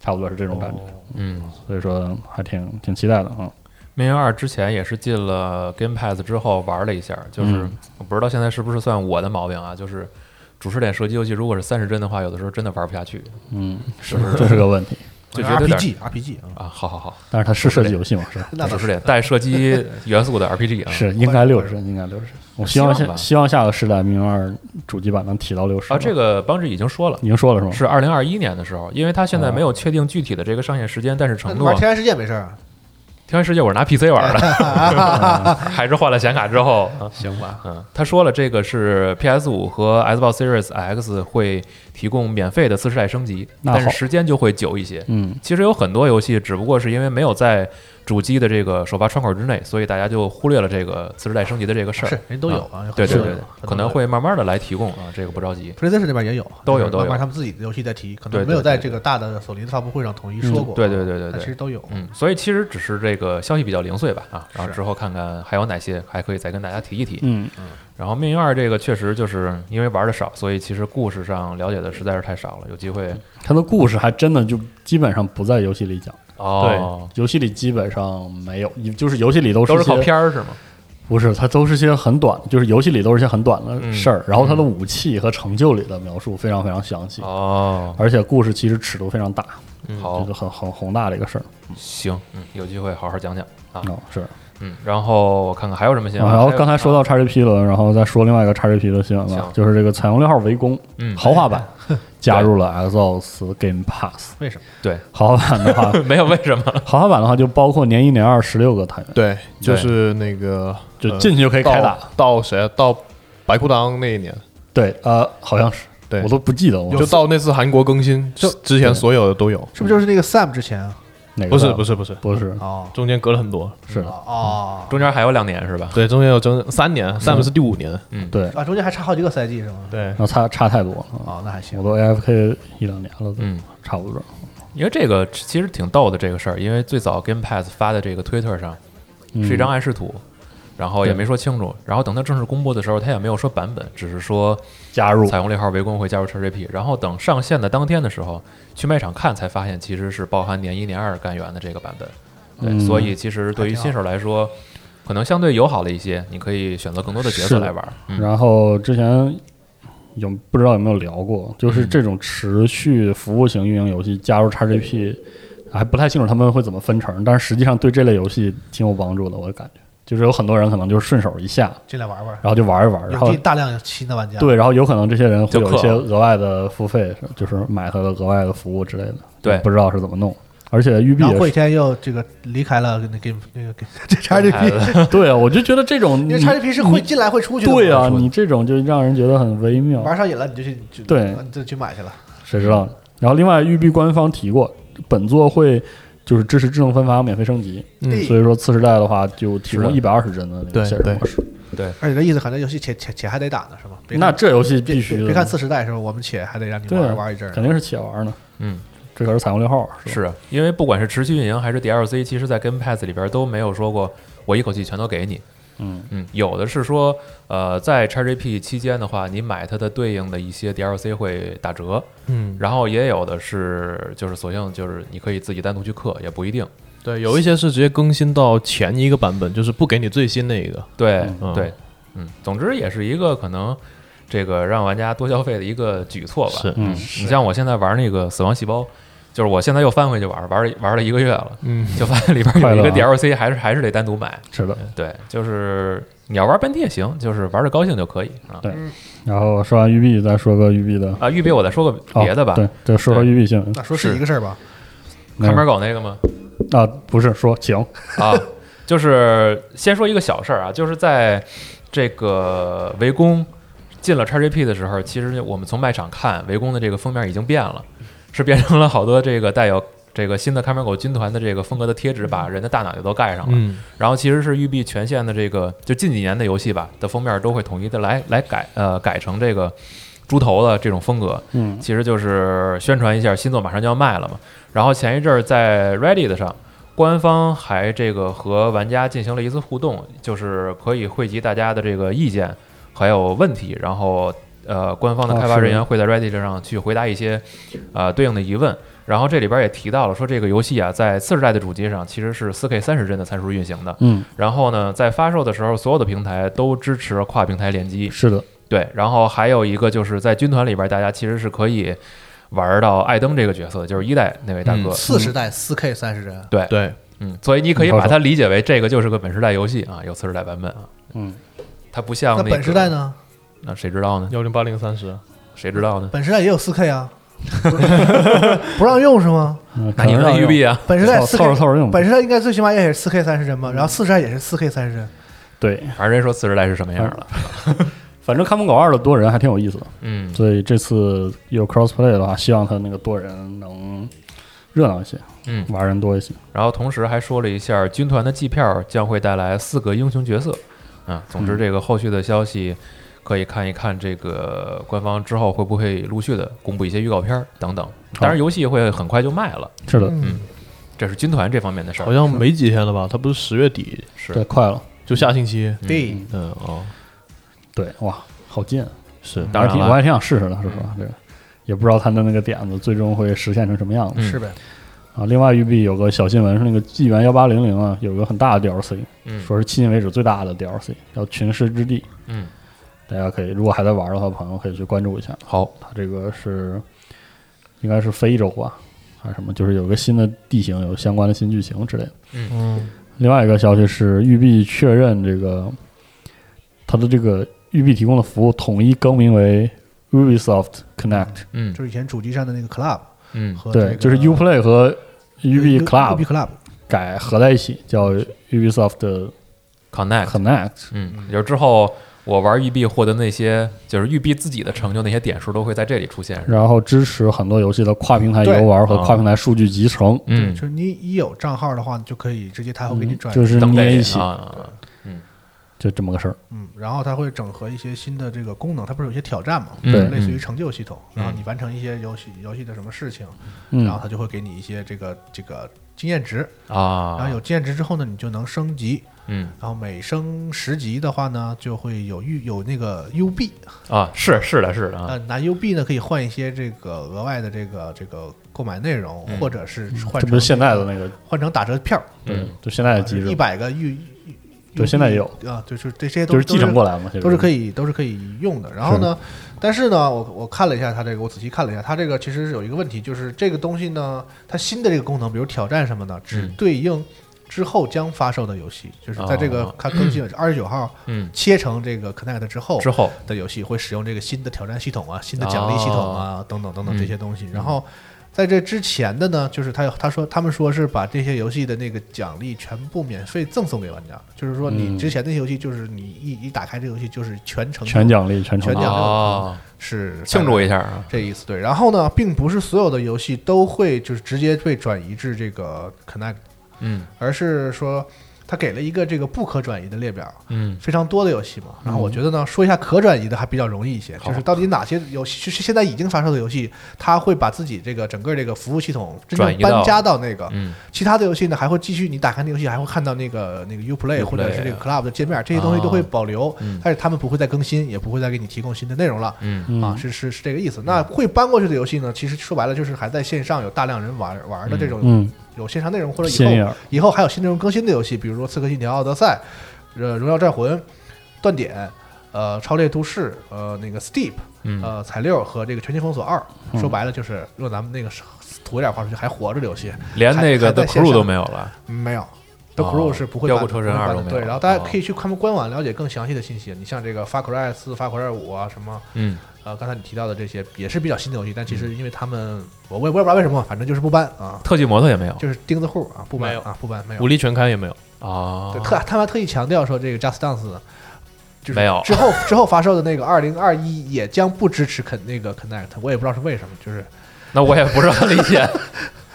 S2: 差不多是这种感觉。
S1: 嗯，
S2: 所以说还挺挺期待的啊。
S1: 命运二之前也是进了 Game Pass 之后玩了一下，就是
S2: 嗯
S1: 我不知道现在是不是算我的毛病啊，就是主视点射击游戏如果是三十帧的话，有的时候真的玩不下去，
S2: 嗯，是这是个问题，
S1: 就觉得有点
S3: RPG RPG 啊，
S1: 啊，好好好，
S2: 但是它 是射击游戏嘛，是吧？
S3: 那
S1: 主
S3: 倒
S1: 视点带射击 元素的 RPG 啊，
S2: 是应该六十帧，应该六十帧。我希
S1: 希望
S2: 望下
S1: 吧
S2: 希望下个时代《命运二》主机版能提到六十
S1: 啊，这
S2: 个
S1: 个邦志已经说了。
S2: 已经说了是吗？
S1: 是二零二一年的时候，因为他现在没有确定具体的这个上线时间，但是
S3: 那
S1: 承
S3: 你
S1: 诺
S3: 嗯玩
S1: 《
S3: 天然世界没事儿啊，
S1: 天外世界》我是拿 PC 玩的，还是换了显卡之后，嗯
S4: 行吧，
S1: 嗯，他说了，这个是 PS 五和 Xbox Series X 会提供免费的次世代升级，
S2: 那
S1: 但是
S2: 好
S1: 时间就会久一些。
S2: 嗯，
S1: 其实有很多游戏，只不过是因为没有在主机的这个首发窗口之内，所以大家就忽略了这个次世代升级的这个事儿。嗯
S3: 是人都有啊，有很
S1: 对对
S3: 多
S1: 对
S3: 人
S1: 对，可能。会慢慢的来提供啊，这个不着急。
S3: PlayStation 那边也有，
S1: 都有
S3: 就是
S1: 都有
S3: 慢慢他们自己的游戏在提，可
S1: 对
S3: 能
S1: 对
S3: 没有在
S1: 对嗯
S3: 这个大的索尼的发布会上统一说过。啊
S1: 对对对对
S3: 但其
S1: 对
S3: 实，都有。啊
S1: 嗯，所以其实只是这个消息比较零碎吧啊，然后
S3: 是
S1: 之后看看还有哪些还可以再跟大家提一提。
S2: 嗯，
S1: 然后《命运二》这个确实就是因为玩的少，所以其实故事上了解的实在是太少了，有机会
S2: 它的故事还真的就基本上不在游戏里讲，
S1: 哦。
S2: 游戏里基本上没有，就是游戏里都是
S1: 都是靠
S2: 些
S1: 片儿是吗？
S2: 不是，它都是些很短，就是游戏里都是些很短的
S1: 嗯
S2: 事儿。然后它的
S1: 嗯
S2: 武器和成就里的描述非常非常详细，
S1: 哦，
S2: 而且故事其实尺度非常大，这
S1: 好
S2: 是，很很宏大的一个事儿。
S1: 行，嗯，有机会好好讲讲啊，
S2: 哦，是。
S1: 嗯，然后我看看还有什么新闻。
S2: 啊然后
S1: 还有啊
S2: 刚才
S4: 啊
S2: 说，到 XGP 了，然后再说另外一个 XGP 的新闻吧
S1: 行，
S2: 就是这个彩虹六号围攻。
S1: 嗯，
S2: 豪华版 加入了 Xbox Game Pass。
S3: 为什么？
S1: 对，
S2: 豪华版的话，
S1: 没有为什么，
S2: 豪华版的话就包括年一年二十六个单元，
S4: 对，就
S1: 对
S4: 是那个
S2: 就
S4: 呃
S2: 进去就可以开打。
S4: 到到谁啊到白裤裆那一年，
S2: 对，呃，好像是，
S4: 对
S2: 我，都不记得我
S4: 就到那次韩国更新之之前所有的都有，
S3: 是不是就是那个 Sam 之前啊？
S2: 哪个
S4: 不是嗯
S2: 版
S4: 不是不是，
S2: 不是
S3: 哦
S4: 中间隔了很多，
S2: 是的，
S3: 哦
S1: 中间还有两年是吧？
S4: 对，中间有整三年，Sam 是第五年，
S2: 对，
S3: 啊，中间还差好几个赛季是吗？
S4: 对
S2: 那差差太多了，嗯
S3: 哦，那还
S2: 我
S3: 行。
S2: 都 AFK 一两年了，都
S1: 嗯，
S2: 差不多。
S1: 因为这个其实挺逗的这个事儿，因为最早 Game Pass 发的这个推特上
S2: 嗯
S1: 是一张暗示图，然后也
S2: 对
S1: 没说清楚，然后等它正式公布的时候，它也没有说版本，只是说
S2: 加入，
S1: 彩虹六号围攻会加入 XGP，然后等上线的当天的时候，去卖场看才发现其实是包含年一年二干元的这个版本，对，
S2: 嗯
S1: 所以其实对于新手来说，可能相对友好了一些，你可以选择更多的角
S2: 是
S1: 色
S2: 的
S1: 来玩，嗯，
S2: 然后之前。有不知道有没有聊过，就是
S1: 嗯
S2: 这种持续服务型运营游戏加入 XGP，还不太清楚他们会怎么分成，但是实际上对这类游戏挺有帮助的，我感觉。就是有很多人可能就是顺手一下，
S3: 进来玩玩
S2: 然，后就玩一玩，然
S3: 引
S2: 后
S3: 进大量新的玩家。，
S2: 对，然后有可能这些人会有一些
S1: 就氪
S2: 额外的付费，就是买他的额外的服务之类的。
S1: 对
S2: 不知道是怎么弄。而且育碧
S3: 然后
S2: 也
S3: 过几
S2: 是，
S3: 天又这个离开了那 game 那个这 XGP，
S2: 对啊，我就觉得这种
S3: 因为 XGP 是会进来会出去的嘛。
S2: 对啊，
S3: 说
S2: 你这种就让人觉得很微妙，
S3: 玩上瘾了你就去就
S2: 对
S3: 你就去买去了。
S2: 谁知道呢？然后另外，育碧官方提过，本作会就是支持智能分发、免费升级，
S3: 哎
S4: 嗯
S2: 所以说次时代的话就提供
S1: 是的
S2: 一百二十帧的那个
S4: 对
S2: 现实
S4: 对
S2: 模式。
S3: 而且这意思，反正游戏且且且还得打呢，是吗？别
S2: 那
S3: 看
S2: 这游戏
S3: 别
S2: 必须
S3: 别
S2: 的，
S3: 别看次时代是吧？我们且还得让你
S2: 对啊
S3: 玩玩一阵儿。
S2: 肯定是且玩呢。
S1: 嗯，
S2: 这可是彩虹六号，吧
S1: 是啊因为不管是持续运营还是 DLC，其实在 Game Pass 里边都没有说过我一口气全都给你。
S2: 嗯
S1: 嗯，有的是说，呃，在 XGP 期间的话，你买它的对应的一些 DLC 会打折，
S4: 嗯，
S1: 然后也有的是，就是索性就是你可以自己单独去氪，也不一定。
S4: 对，有一些是直接更新到前一个版本，就是不给你最新那一个，
S1: 对、
S4: 嗯
S1: 对，嗯，总之也是一个可能这个让玩家多消费的一个举措吧。
S4: 是
S1: 嗯，你像我现在玩那个《死亡细胞》，就是我现在又翻回去玩，玩了玩了一个月了，
S4: 嗯，
S1: 就发现里边有一
S2: 快
S1: 个
S2: 乐
S1: DLC，还是还是得单独买。
S2: 是的。
S1: 对，就是你要玩半天也行，就是玩的高兴就可以啊
S2: 对然后说完育碧，再说个育碧的
S1: 啊！玉比我再说个
S2: 哦
S1: 别的吧，
S2: 对，就说说育碧新闻
S3: 那说是一个事儿吧？
S2: 嗯
S1: 看门狗那个吗？
S2: 啊，不是说请
S1: 啊，就是先说一个小事儿啊，就是在这个围攻进了 XGP 的时候，其实我们从卖场看围攻的这个封面已经变了，是变成了好多这个带有这个新的看门狗军团的这个风格的贴纸，把人的大脑袋都盖上了。
S4: 嗯，
S1: 然后其实是育碧全线的这个，就近几年的游戏吧的封面都会统一的来来改呃改成这个猪头的这种风格，
S2: 嗯
S1: 其实就是宣传一下新作马上就要卖了嘛。然后前一阵儿在 Reddit 上，官方还这个和玩家进行了一次互动，就是可以汇集大家的这个意见还有问题，然后呃官方的
S2: 啊
S1: 开发
S2: 是
S1: 人员会在 Reddit 上去回答一些呃对应的疑问。然后这里边也提到了说，这个游戏啊，在次世代的主机上其实是 4K 三十帧的参数运行的，
S2: 嗯，
S1: 然后呢，在发售的时候，所有的平台都支持跨平台联机。
S2: 是的，
S1: 对，然后还有一个就是在军团里边，大家其实是可以玩到艾登这个角色，就是一代那位大哥。
S4: 嗯
S3: 次时代四 K 三十帧，
S4: 对，
S1: 嗯所以你可以把它理解为这个就是个本时代游戏啊，有次时代版本啊。
S2: 嗯，
S1: 它不像
S3: 那
S1: 个
S3: 本时代？呢？
S1: 那谁知道呢？
S4: 幺零八零三十，
S1: 谁知道呢？
S3: 本时代也有四 K 啊， 不让用是吗？
S2: 嗯
S1: 那你
S2: 可能
S1: 问
S2: 让
S1: 育碧啊，
S3: 本时代
S2: 凑
S3: 四
S2: 凑合嗯
S3: K，
S2: 凑合用吧，
S3: 本时代应该最起码也是四 K 三十帧吧，然后次时代也是四 K 三十帧，
S2: 对，
S1: 反正人说次时代是什么样了。
S2: 反正看门狗二的多人还挺有意思的，
S1: 嗯，
S2: 所以这次有 crossplay 的话，希望它那个多人能热闹一些，
S1: 嗯
S2: 玩人多一些，
S1: 然后同时还说了一下军团的季票将会带来四个英雄角色。啊，总之
S2: 嗯
S1: 这个后续的消息可以看一看这个官方之后会不会陆续的公布一些预告片儿等等。当然游戏会很快就卖了，
S2: 是的，
S3: 嗯，
S1: 这是军团这方面的事
S4: 好
S1: 儿。
S4: 像没几天了吧？它不是十月底，
S2: 对，快了，
S4: 就下星期。
S3: 对，
S4: 嗯哦，
S2: 对，哇，好贱，
S4: 是
S1: 当
S2: 我
S1: 然
S2: 还挺
S1: 了嗯
S2: 我还挺想试试的，说实话，这个也不知道他的那个点子最终会实现成什么样子
S1: 嗯
S3: 是呗？
S2: 啊。另外，育碧有个小新闻是那个纪元幺八零零啊，有个很大的 DLC，
S1: 嗯
S2: 说是迄今为止最大的 DLC，叫群尸之地。
S1: 嗯，
S2: 大家可以如果还在玩的话，朋友可以去关注一下。
S1: 好，
S2: 它这个是应该是非洲吧，还是什么？就是有个新的地形，有相关的新剧情之类的。
S3: 嗯，
S2: 另外一个消息是，育碧确认这个它的这个育碧提供的服务统一更名为 Ubisoft Connect，
S1: 嗯
S3: 就是以前主机上的那个 Club
S1: 嗯
S3: 和哦这
S2: 对，
S3: 个
S2: 就是 UPlay 和育碧
S3: UB
S2: Club
S3: Club
S2: 改合在一起，叫 Ubisoft
S1: ，Connect，
S2: Connect。
S1: 嗯，就是之后我玩育碧获得那些就是育碧自己的成就那些点数都会在这里出现，是吧？
S2: 然后支持很多游戏的跨平台
S3: 对
S2: 游玩和
S1: 啊
S2: 跨平台数据集成，
S1: 嗯
S3: 就，是你一有账号的话，你就可以直接他会给你转，
S2: 嗯就是
S1: 等
S2: 捏
S1: 待
S2: 一起，
S1: 啊，
S2: 就这么个事儿。
S3: 嗯，然后它会整合一些新的这个功能，它不是有些挑战嘛，
S1: 嗯
S2: 对
S3: 类似于成就系统，然后
S1: 嗯
S3: 你完成一些游戏游戏的什么事情，然后
S2: 嗯，
S3: 它就会给你一些这个这个经验值，然后
S1: 啊，
S3: 有经验值之后呢，你就能升级，
S1: 嗯
S3: 然后每升十级的话呢，就会有 U 有那个 U B，
S1: 啊，是是的，是的
S3: 那
S1: 啊，
S3: 拿 U B 呢可以换一些这个额外的这个这个购买内容，
S1: 嗯
S3: 或者是换
S2: 这
S3: 成
S2: 不是现在的
S3: 个
S2: 那个，
S3: 换成打折票，
S1: 嗯，
S2: 就现在的机
S3: 一
S2: 制，
S3: 百个 U，
S2: 对现在也有
S3: 啊，就是这些都
S2: 就是继
S3: 都
S2: 承过来嘛，
S3: 都是可
S2: 以。
S3: 以都是可以用的。然后呢，但是呢，我我看了一下它这个，我仔细看了一下，它这个其实有一个问题，就是这个东西呢，它新的这个功能，比如挑战什么的，只
S1: 嗯
S3: 对应之后将发售的游戏，就是在这个
S1: 哦
S3: 它更新二十九号
S1: 嗯，
S3: 切成这个 Connect 之后
S1: 之后，
S3: 的游戏会使用这个新的挑战系统啊、新的奖励系统啊等等等等
S1: 哦嗯
S3: 这些东西。然后在这之前的呢，就是他有他说他们说是把这些游戏的那个奖励全部免费赠送给玩家，就是说你
S2: 嗯
S3: 之前那些游戏就是你一一打开这个游戏就是全程
S2: 全奖励，全程
S3: 全奖励
S1: 哦，
S3: 是
S1: 庆祝一下啊，
S3: 这意思对。然后呢，并不是所有的游戏都会就是直接被转移至这个 Connect，
S1: 嗯
S3: 而是说他给了一个这个不可转移的列表。
S1: 嗯
S3: 非常多的游戏嘛。然后我觉得呢，说一下可转移的还比较容易一些，
S1: 好
S3: 就是到底哪些游戏，就是现在已经发售的游戏，它会把自己这个整个这个服务系统真
S1: 转
S3: 正
S1: 移到
S3: 搬家到那个
S1: 嗯，
S3: 其他的游戏呢，还会继续你打开那游戏还会看到那个那个 UPlay
S1: Uplay 啊
S3: 或者是这个 Club 的界面，这些东西都会保留，
S1: 嗯
S3: 但是他们不会再更新，也不会再给你提供新的内容了。
S1: 嗯
S2: 嗯
S3: 啊，是是是这个意思。那会搬过去的游戏呢，其实说白了就是还在线上有大量人玩玩的这种
S2: 嗯，
S3: 有线上内容或者以
S2: 新
S3: 后
S2: 颖儿，
S3: 以后还有新内容更新的游戏，比如说《刺客信条：奥德赛》、呃《荣耀战魂》、《断点》、呃《超猎都市》、呃那个《Steep》、
S1: 嗯
S3: 呃《彩六》和这个《全境封锁二》。说白了就是，用咱们那个土点画出去还活着的游戏，
S1: 连那个
S3: 还在
S1: The
S3: 线
S1: Crew
S3: 上
S1: 都没有了。
S3: 嗯没有。The
S1: 哦
S3: Crew 是不会
S1: 调
S3: 搬
S1: 过车神
S3: 不会
S1: 二
S3: 搬
S1: 都
S3: 的
S1: 没有
S3: 对，然后大家
S1: 哦
S3: 可以去他们官网了解更详细的信息。你像这个 Far Cry 四、Far Cry 五啊，什么
S1: 嗯，
S3: 呃，刚才你提到的这些也是比较新的游戏，但其实因为他们，我我也我也不知道为什么，反正就是不搬啊，
S1: 特技摩托也没有
S3: 就是钉子户啊，不
S4: 没
S3: 搬
S4: 有
S3: 啊，不搬没有
S4: 武。力全开也没有。
S1: 啊
S3: 对，特他们还特意强调说，这个 Just Dance 就是
S1: 没有
S3: 之后之后发售的那个二零二一也将不支持肯那个 Connect，我也不知道是为什么，就是
S1: 那我也不是很理解。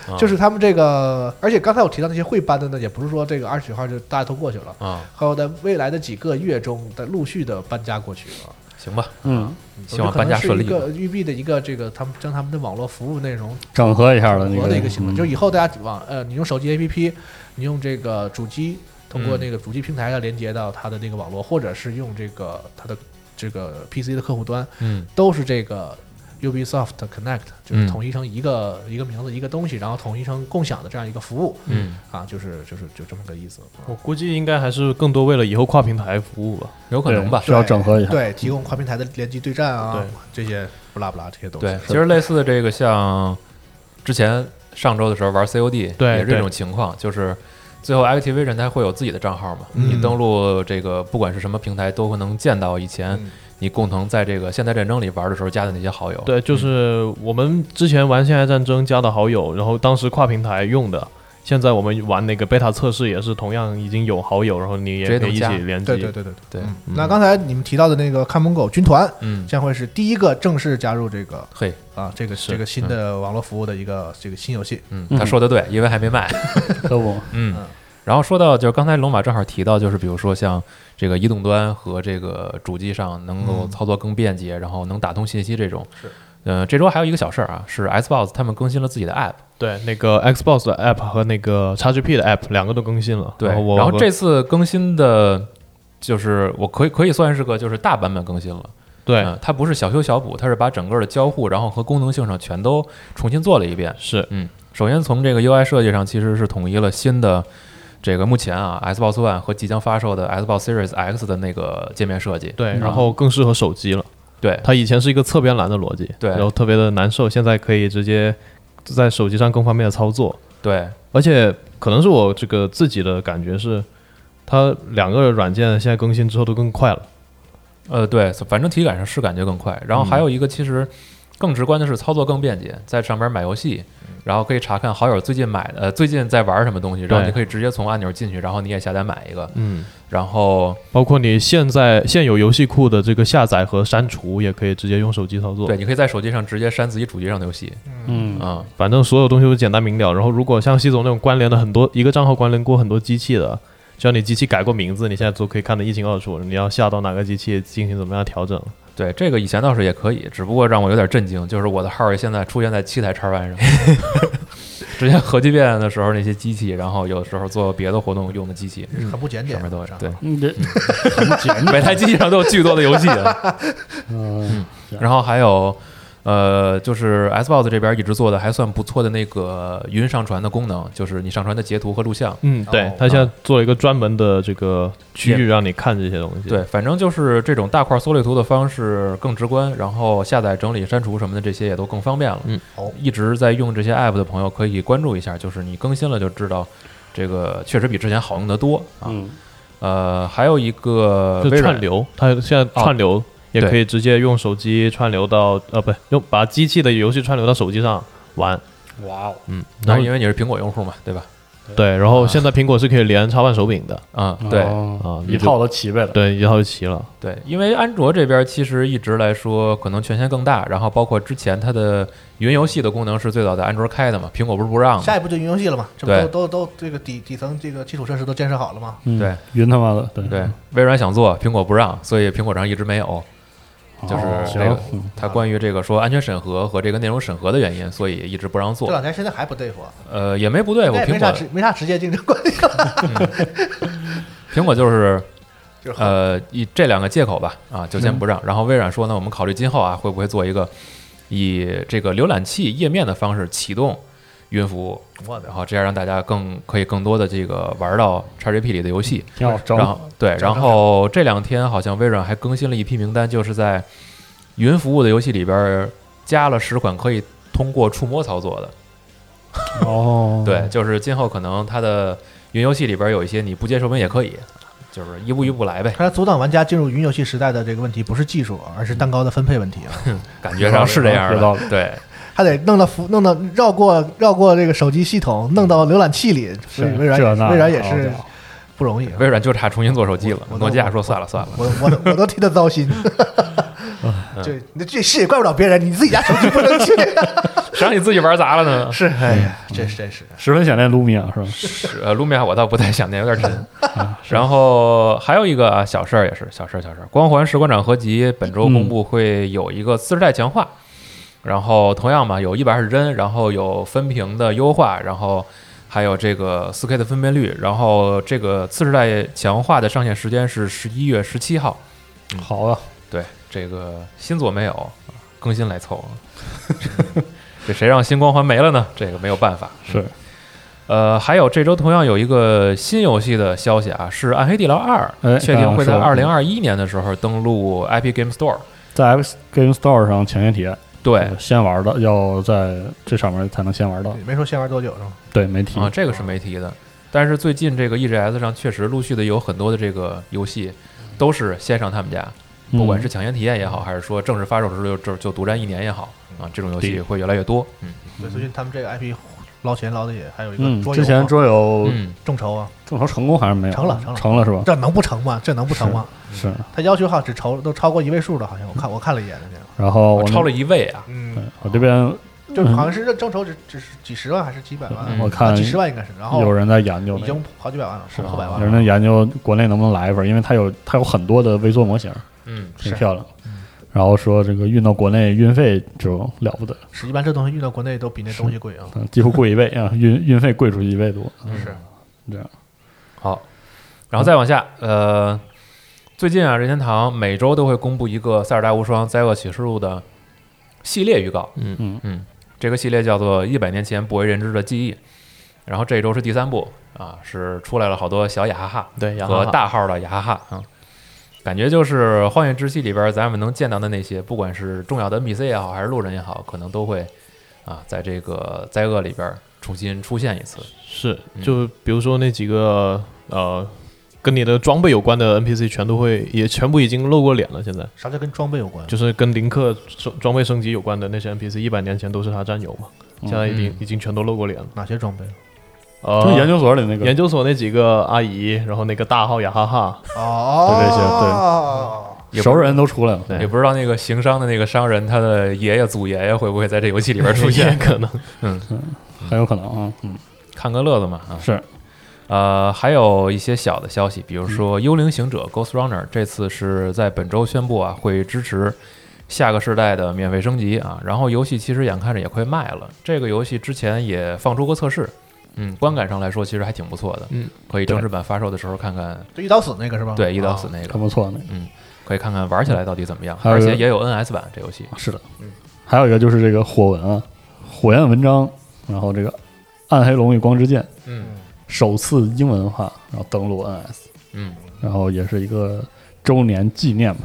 S1: 啊
S3: 就是他们这个，而且刚才我提到那些会搬的呢，也不是说这个二十九号就大家都过去了，
S1: 啊，
S3: 还有在未来的几个月中的陆续的搬家过去啊，
S1: 行吧，
S2: 嗯，
S1: 希望搬家顺利
S3: 我觉得可能是一个育碧的一个这个他们将他们的网络服务内容
S2: 整合一下的那
S3: 合
S2: 个
S3: 的一个行为，
S2: 嗯
S3: 就是以后大家往呃，你用手机 APP，你用这个主机，通
S2: 嗯
S3: 过那个主机平台要连接到它的那个网络，或者是用这个它的这个 PC 的客户端，
S1: 嗯
S3: 都是这个 Ubisoft Connect，就是
S1: 嗯
S3: 统一成一个、一个名字一个东西，然后统一成共享的这样一个服务
S1: 嗯，
S3: 啊，就是就是就这么个意思。啊
S4: 我估计应该还是更多为了以后跨平台服务吧。
S1: 有可能吧
S2: 对。需要整合一下
S3: 对，提供跨平台的联机对战啊
S4: 对，
S3: 这些不拉不拉这些东西。
S1: 对，其实类似的这个，像之前上周的时候玩 COD，
S4: 对
S1: 也是这
S4: 对
S1: 种情况，就是最后 Activision 它会有自己的账号嘛，你
S3: 嗯
S1: 登录这个不管是什么平台，都会能见到以前
S3: 嗯
S1: 你共同在这个现代战争里玩的时候加的那些好友。
S4: 对，就是
S1: 嗯
S4: 我们之前玩《现代战争》加的好友，然后当时跨平台用的。现在我们玩那个贝塔测试也是同样已经有好友，然后你
S1: 直接
S4: 也可
S1: 能
S4: 以一
S1: 加
S4: 起联机。
S3: 对对对对
S1: 对，
S3: 对。嗯，那刚才你们提到的那个看门狗军团
S1: 嗯，
S3: 将会是第一个正式加入这个
S1: 嘿，
S3: 啊，这个
S4: 是
S3: 这个新的网络服务的一个这个新游戏。
S1: 嗯，
S2: 嗯
S1: 他说的对，因为还没卖。
S2: 可不，
S1: 嗯，然后说到就是刚才龙马正好提到，就是比如说像这个移动端和这个主机上能够操作更便捷，然后能打通信息这种。
S3: 是。
S1: 呃，这周还有一个小事儿啊，是 Xbox 他们更新了自己的 App，
S4: 对，那个 Xbox 的 app 和那个 XGP 的 app 两个都更新了。
S1: 对，
S4: 然后我
S1: 然后这次更新的，就是我可以可以算是个就是大版本更新了，
S4: 对、
S1: 嗯它不是小修小补，它是把整个的交互，然后和功能性上全都重新做了一遍，
S4: 是
S1: 嗯，首先从这个 UI 设计上，其实是统一了新的这个目前啊 Xbox One 和即将发售的 Xbox Series X 的那个界面设计。
S4: 对，
S2: 嗯
S4: 然后更适合手机了。
S1: 对
S4: 它以前是一个侧边栏的逻辑，
S1: 对
S4: 然后特别的难受，现在可以直接在手机上更方便的操作，
S1: 对，
S4: 而且可能是我这个自己的感觉是，它两个软件现在更新之后都更快了。
S1: 呃，对，反正体感上是感觉更快。然后还有一个其实更直观的是操作更便捷，在上边买游戏，然后可以查看好友最近买的呃最近在玩什么东西，然后
S4: 对
S1: 你可以直接从按钮进去，然后你也下单买一个。
S4: 嗯，
S1: 然后
S4: 包括你现在现有游戏库的这个下载和删除，也可以直接用手机操作。
S1: 对，，你可以在手机上直接删自己主机上的游戏。
S2: 嗯，
S1: 嗯，
S4: 反正所有东西都简单明了。然后如果像系总那种关联的很多一个账号关联过很多机器的，只要你机器改过名字，你现在都可以看得一清二楚，你要下到哪个机器进行怎么样的调整。
S1: 对，这个以前倒是也可以，只不过让我有点震惊，就是我的号儿现在出现在七台叉 Y 上，之前核聚变的时候那些机器，然后有时候做别的活动用的机器，
S3: 很不检点
S1: 上面都有
S3: 这样
S1: 对，
S2: 你嗯这
S1: 每台机器上都有巨多的游戏，啊
S2: 嗯
S1: 然后还有。呃，就是 Xbox 这边一直做的还算不错的那个云上传的功能，就是你上传的截图和录像，
S4: 嗯，对
S3: 哦，
S4: 他现在做了一个专门的这个区域让你看这些东西。
S1: 对，反正就是这种大块缩略图的方式更直观，然后下载、整理、删除什么的这些也都更方便了。
S4: 嗯，
S3: 好
S1: 一直在用这些 app 的朋友可以关注一下，就是你更新了就知道，这个确实比之前好用得多啊。
S2: 嗯，
S1: 呃，还有一个呃
S4: 就
S1: 微
S4: 串
S1: 软，
S4: 流，它现在串流也可以直接用手机串流到呃，不用把机器的游戏串流到手机上玩。
S2: 哇哦，
S4: 嗯，然
S1: 那
S4: 后
S1: 因为你是苹果用户嘛，对吧？
S4: 对，然后
S1: 啊
S4: 现在苹果是可以连插腕手柄的
S1: 啊、对
S2: 哦
S4: 啊，
S2: 一套都齐备了，
S4: 对，一套就齐了。
S1: 对，因为安卓这边其实一直来说可能权限更大，然后包括之前它的云游戏的功能是最早在安卓开的嘛，苹果不是不让
S3: 下
S1: 的。
S3: 一步就云游戏了嘛？这
S1: 对
S3: 不都都都这个底底层这个基础设施都建设好了吗？
S2: 嗯
S1: 对，
S2: 云他妈的，对
S1: 对，微软想做，苹果不让，所以苹果上一直没有。就是
S2: 哦
S1: 这个
S2: 行，嗯
S1: 它关于这个说安全审核和这个内容审核的原因，所以一直不让
S3: 这
S1: 做。
S3: 两天现在还不对付啊，
S1: 呃，也没不对，我
S3: 那也
S1: 苹
S3: 没啥
S1: 果
S3: 直没啥直接竞争关系了，
S1: 苹果就是
S3: 就是很
S1: 呃以这两个借口吧，啊，就
S2: 嗯
S1: 先不让。然后微软说呢，我们考虑今后啊，会不会做一个以这个浏览器页面的方式启动云服务，
S3: 我的
S1: 然后这样让大家更可以更多的这个玩到 XGP 里的游戏。
S2: 挺好整
S1: 然后对，
S3: 找
S1: 然后这两天好像微软还更新了一批名单，就是在云服务的游戏里边儿加了十款可以通过触摸操作的。
S2: 哦，
S1: 对，，就是今后可能它的云游戏里边有一些你不接受门也可以，就是一步一步来呗，
S3: 看来阻挡玩家进入云游戏时代的这个问题不是技术，而是蛋糕的分配问题啊，
S1: 感觉上是这样
S2: 有道
S1: 的。对，
S3: 还得弄到服弄到绕过绕过这个手机系统，弄到浏览器里。所以微软
S2: 这那
S3: 微软也
S2: 好
S3: 是
S2: 家伙
S3: 不容易。
S1: 微软就差重新做手机了
S3: 我我，
S1: 诺基亚说算了 算了，
S3: 我我都我都替他糟心，
S1: 嗯
S3: 这那这事也怪不了别人，你自己家手机不能去。
S1: 谁让你自己玩砸了呢？
S2: 啊
S3: 是，哎呀，
S2: 嗯
S3: 这是真是。
S2: 十分想念卢米啊亚是吧？
S1: 是呃，路面我倒不太想念，有点沉。 然后还有一个啊，小事儿也是小事儿，小事儿。光环士官长合集本周公布会有一个次世代强化，然后同样嘛，有一百二十帧，然后有分屏的优化，然后还有这个四 K 的分辨率，然后这个次世代强化的上线时间是十一月十七号。
S2: 好啊，
S1: 对，这个新作没有，更新来凑。 这谁让新光环没了呢？这个没有办法。
S2: 是
S1: 呃，还有这周同样有一个新游戏的消息啊，是《暗黑地牢二
S2: 哎》
S1: 确定会在
S2: 刚
S1: 二
S2: 刚
S1: 零
S2: 说
S1: 二一年的时候登陆 IP Game Store。
S2: 在 X Game Store 上抢先体验，
S1: 对
S2: 先玩的要在这上面才能先玩到，
S3: 没说先玩多久是吗？
S2: 对，没提
S1: 啊，这个是没提的。但是最近这个 EGS 上确实陆续的有很多的这个游戏都是先上他们家，
S2: 嗯
S1: 不管是抢先体验也好，还是说正式发售的时候就就就独占一年也好啊，这种游戏
S2: 对
S1: 会越来越多。嗯
S3: 对，最近他们这个 IP 捞钱捞的也还有一个
S2: 嗯，
S3: 桌游啊，
S2: 之前桌游
S1: 嗯，
S3: 众筹啊，
S2: 众筹成功还是没有？啊
S3: 成了成了
S2: 成了是吧？
S3: 这能不成吗？这能不成吗？
S2: 是。
S3: 他要求好像只筹都超过一位数了，好像我看我看了一眼那个，
S2: 然后我那
S1: 超了一位啊，
S3: 嗯，
S2: 我这边
S3: 就好像是这众筹只只是几十万还是几百万，
S1: 嗯
S2: 我
S3: 啊
S2: 嗯看
S3: 几十万应该是，然后
S2: 有人在研究
S3: 已
S2: 那个，
S3: 经好几百万了，
S1: 是
S3: 好百
S2: 有
S3: 万
S2: 人
S3: 了
S2: 在。研究国内能不能来一份，因为它有它有很多的微缩模型，
S1: 嗯，
S2: 挺
S3: 是
S2: 漂亮。然后说这个运到国内运费就了不得，
S3: 是一般这东西运到国内都比那东西贵啊，
S2: 嗯几乎贵一倍啊，运运费贵出去一倍多，
S3: 是
S2: 这样。
S1: 好，然后再往下，呃，最近啊，任天堂每周都会公布一个《塞尔达无双：灾厄启示录》的系列预告。
S4: 嗯
S2: 嗯
S1: 嗯，这个系列叫做《一百年前不为人知的记忆》，然后这一周是第三部啊，是出来了好多小雅哈哈
S4: 对，雅
S1: 和
S4: 哈哈
S1: 大号的雅哈哈啊。嗯感觉就是《荒野之息》里边咱们能见到的那些，不管是重要的 NPC 也好，还是路人也好，可能都会啊，在这个灾厄里边重新出现一次。
S4: 是
S1: 嗯，
S4: 就比如说那几个呃，跟你的装备有关的 NPC 全都会，也全部已经露过脸了。现在
S3: 啥叫跟装备有关？
S4: 就是跟林克装装备升级有关的那些 NPC，一百年前都是他战友嘛，
S2: 嗯
S4: 现在已经、
S1: 嗯
S4: 已经全都露过脸了。
S3: 哪些装备？
S4: 呃，
S2: 就研究所里那个
S4: 研究所那几个阿姨，然后那个大号雅哈哈，
S3: 哦
S2: 对这些
S3: 对。
S1: 也不
S2: 熟人都出来了，
S4: 对
S1: 也不知道那个行商的那个商人，他的爷爷、祖爷爷会不会在这游戏里边出
S4: 出现
S1: 现？
S4: 可能。
S2: 很有可能啊，嗯，
S1: 看个乐子嘛啊！
S2: 是
S1: 呃，还有一些小的消息，比如说《幽灵行者》（Ghost Runner） 这次是在本周宣布啊，会支持下个世代的免费升级啊。然后游戏其实眼看着也快卖了，这个游戏之前也放出过测试，嗯，观感上来说其实还挺不错的，
S4: 嗯，
S1: 可以正式版发售的时候看看，
S3: 就一刀死那个是吧？
S1: 对，一刀
S3: 啊
S1: 死那个，
S2: 很不错那个。
S1: 可以看看玩起来到底怎么样。
S2: 还有
S1: 而
S2: 一个
S1: 且嗯也有 NS 版这游戏，
S2: 啊是的，还有一个就是这个火纹啊，火焰文章，然后这个《暗黑龙与光之剑》
S1: 嗯
S2: 首次英文化，然后登陆 NS，
S1: 嗯
S2: 然后也是一个周年纪念嘛，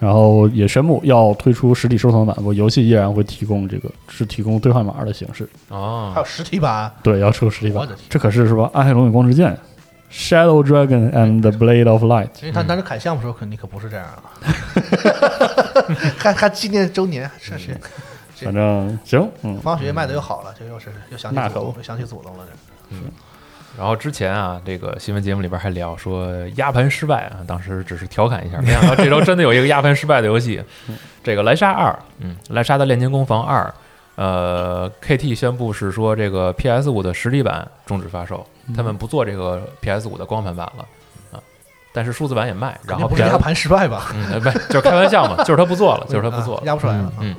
S2: 然后也宣布要推出实体收藏版，不过游戏依然会提供这个是提供兑换码的形式，
S3: 啊还
S1: 哦，
S3: 有实体版，
S2: 对，要出实体
S3: 我
S2: 版
S3: 的天，
S2: 这可是是吧？《暗黑龙与光之剑》。Shadow Dragon and the Blade of Light，
S3: 因为他
S1: 嗯
S3: 当时砍项目的时候，肯定可不是这样啊，还还纪念周年，这是
S2: 反正行，嗯，
S3: 方学卖的又好了，这又是又想起
S2: 那
S3: 祖宗
S2: 可，不
S3: 又想起祖宗了，这
S1: 然后之前啊，这个新闻节目里边还聊说压盘失败啊，当时只是调侃一下，没想到这周真的有一个压盘失败的游戏，这个《莱莎二》，嗯，《莱莎的炼金工坊二》，呃，KT 宣布是说这个 PS 五的实体版终止发售，
S3: 嗯
S1: 他们不做这个 PS 五的光盘版了啊，但是数字版也卖，然后
S3: 肯定不是
S1: PS
S3: 压盘失败吧？
S1: 嗯，呃不就是开玩 笑嘛，就是他不做了， 就是他不做
S3: 啊
S1: 了，
S3: 压不出来了啊。
S1: 嗯，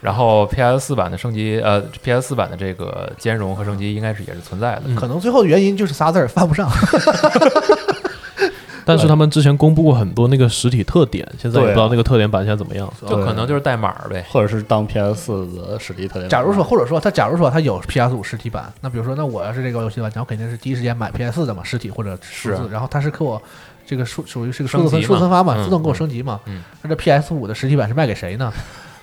S1: 然后 PS 四版的升级，呃，PS 四版的这个兼容和升级应该是也是存在的，
S3: 可能最后的原因就是仨字儿犯不上，
S4: 但是他们之前公布过很多那个实体特点，现在也
S2: 对啊
S4: 不知道那个特点版现在怎么样。
S1: 就可能就是代码儿呗。
S2: 或者是当 PS 四的嗯实体特点。
S3: 假如说，或者说他假如说他有 PS 五实体版，那比如说那我要是这个游戏玩家，我肯定是第一时间买 PS 的嘛，实体或者数字
S1: 是，
S3: 然后他是给我这个数属于是个数字
S1: 升
S3: 分
S1: 级嘛
S3: 数字分发嘛，
S1: 嗯
S3: 自动给我升级嘛
S1: 嗯，
S3: 那这 PS 五的实体版是卖给谁呢？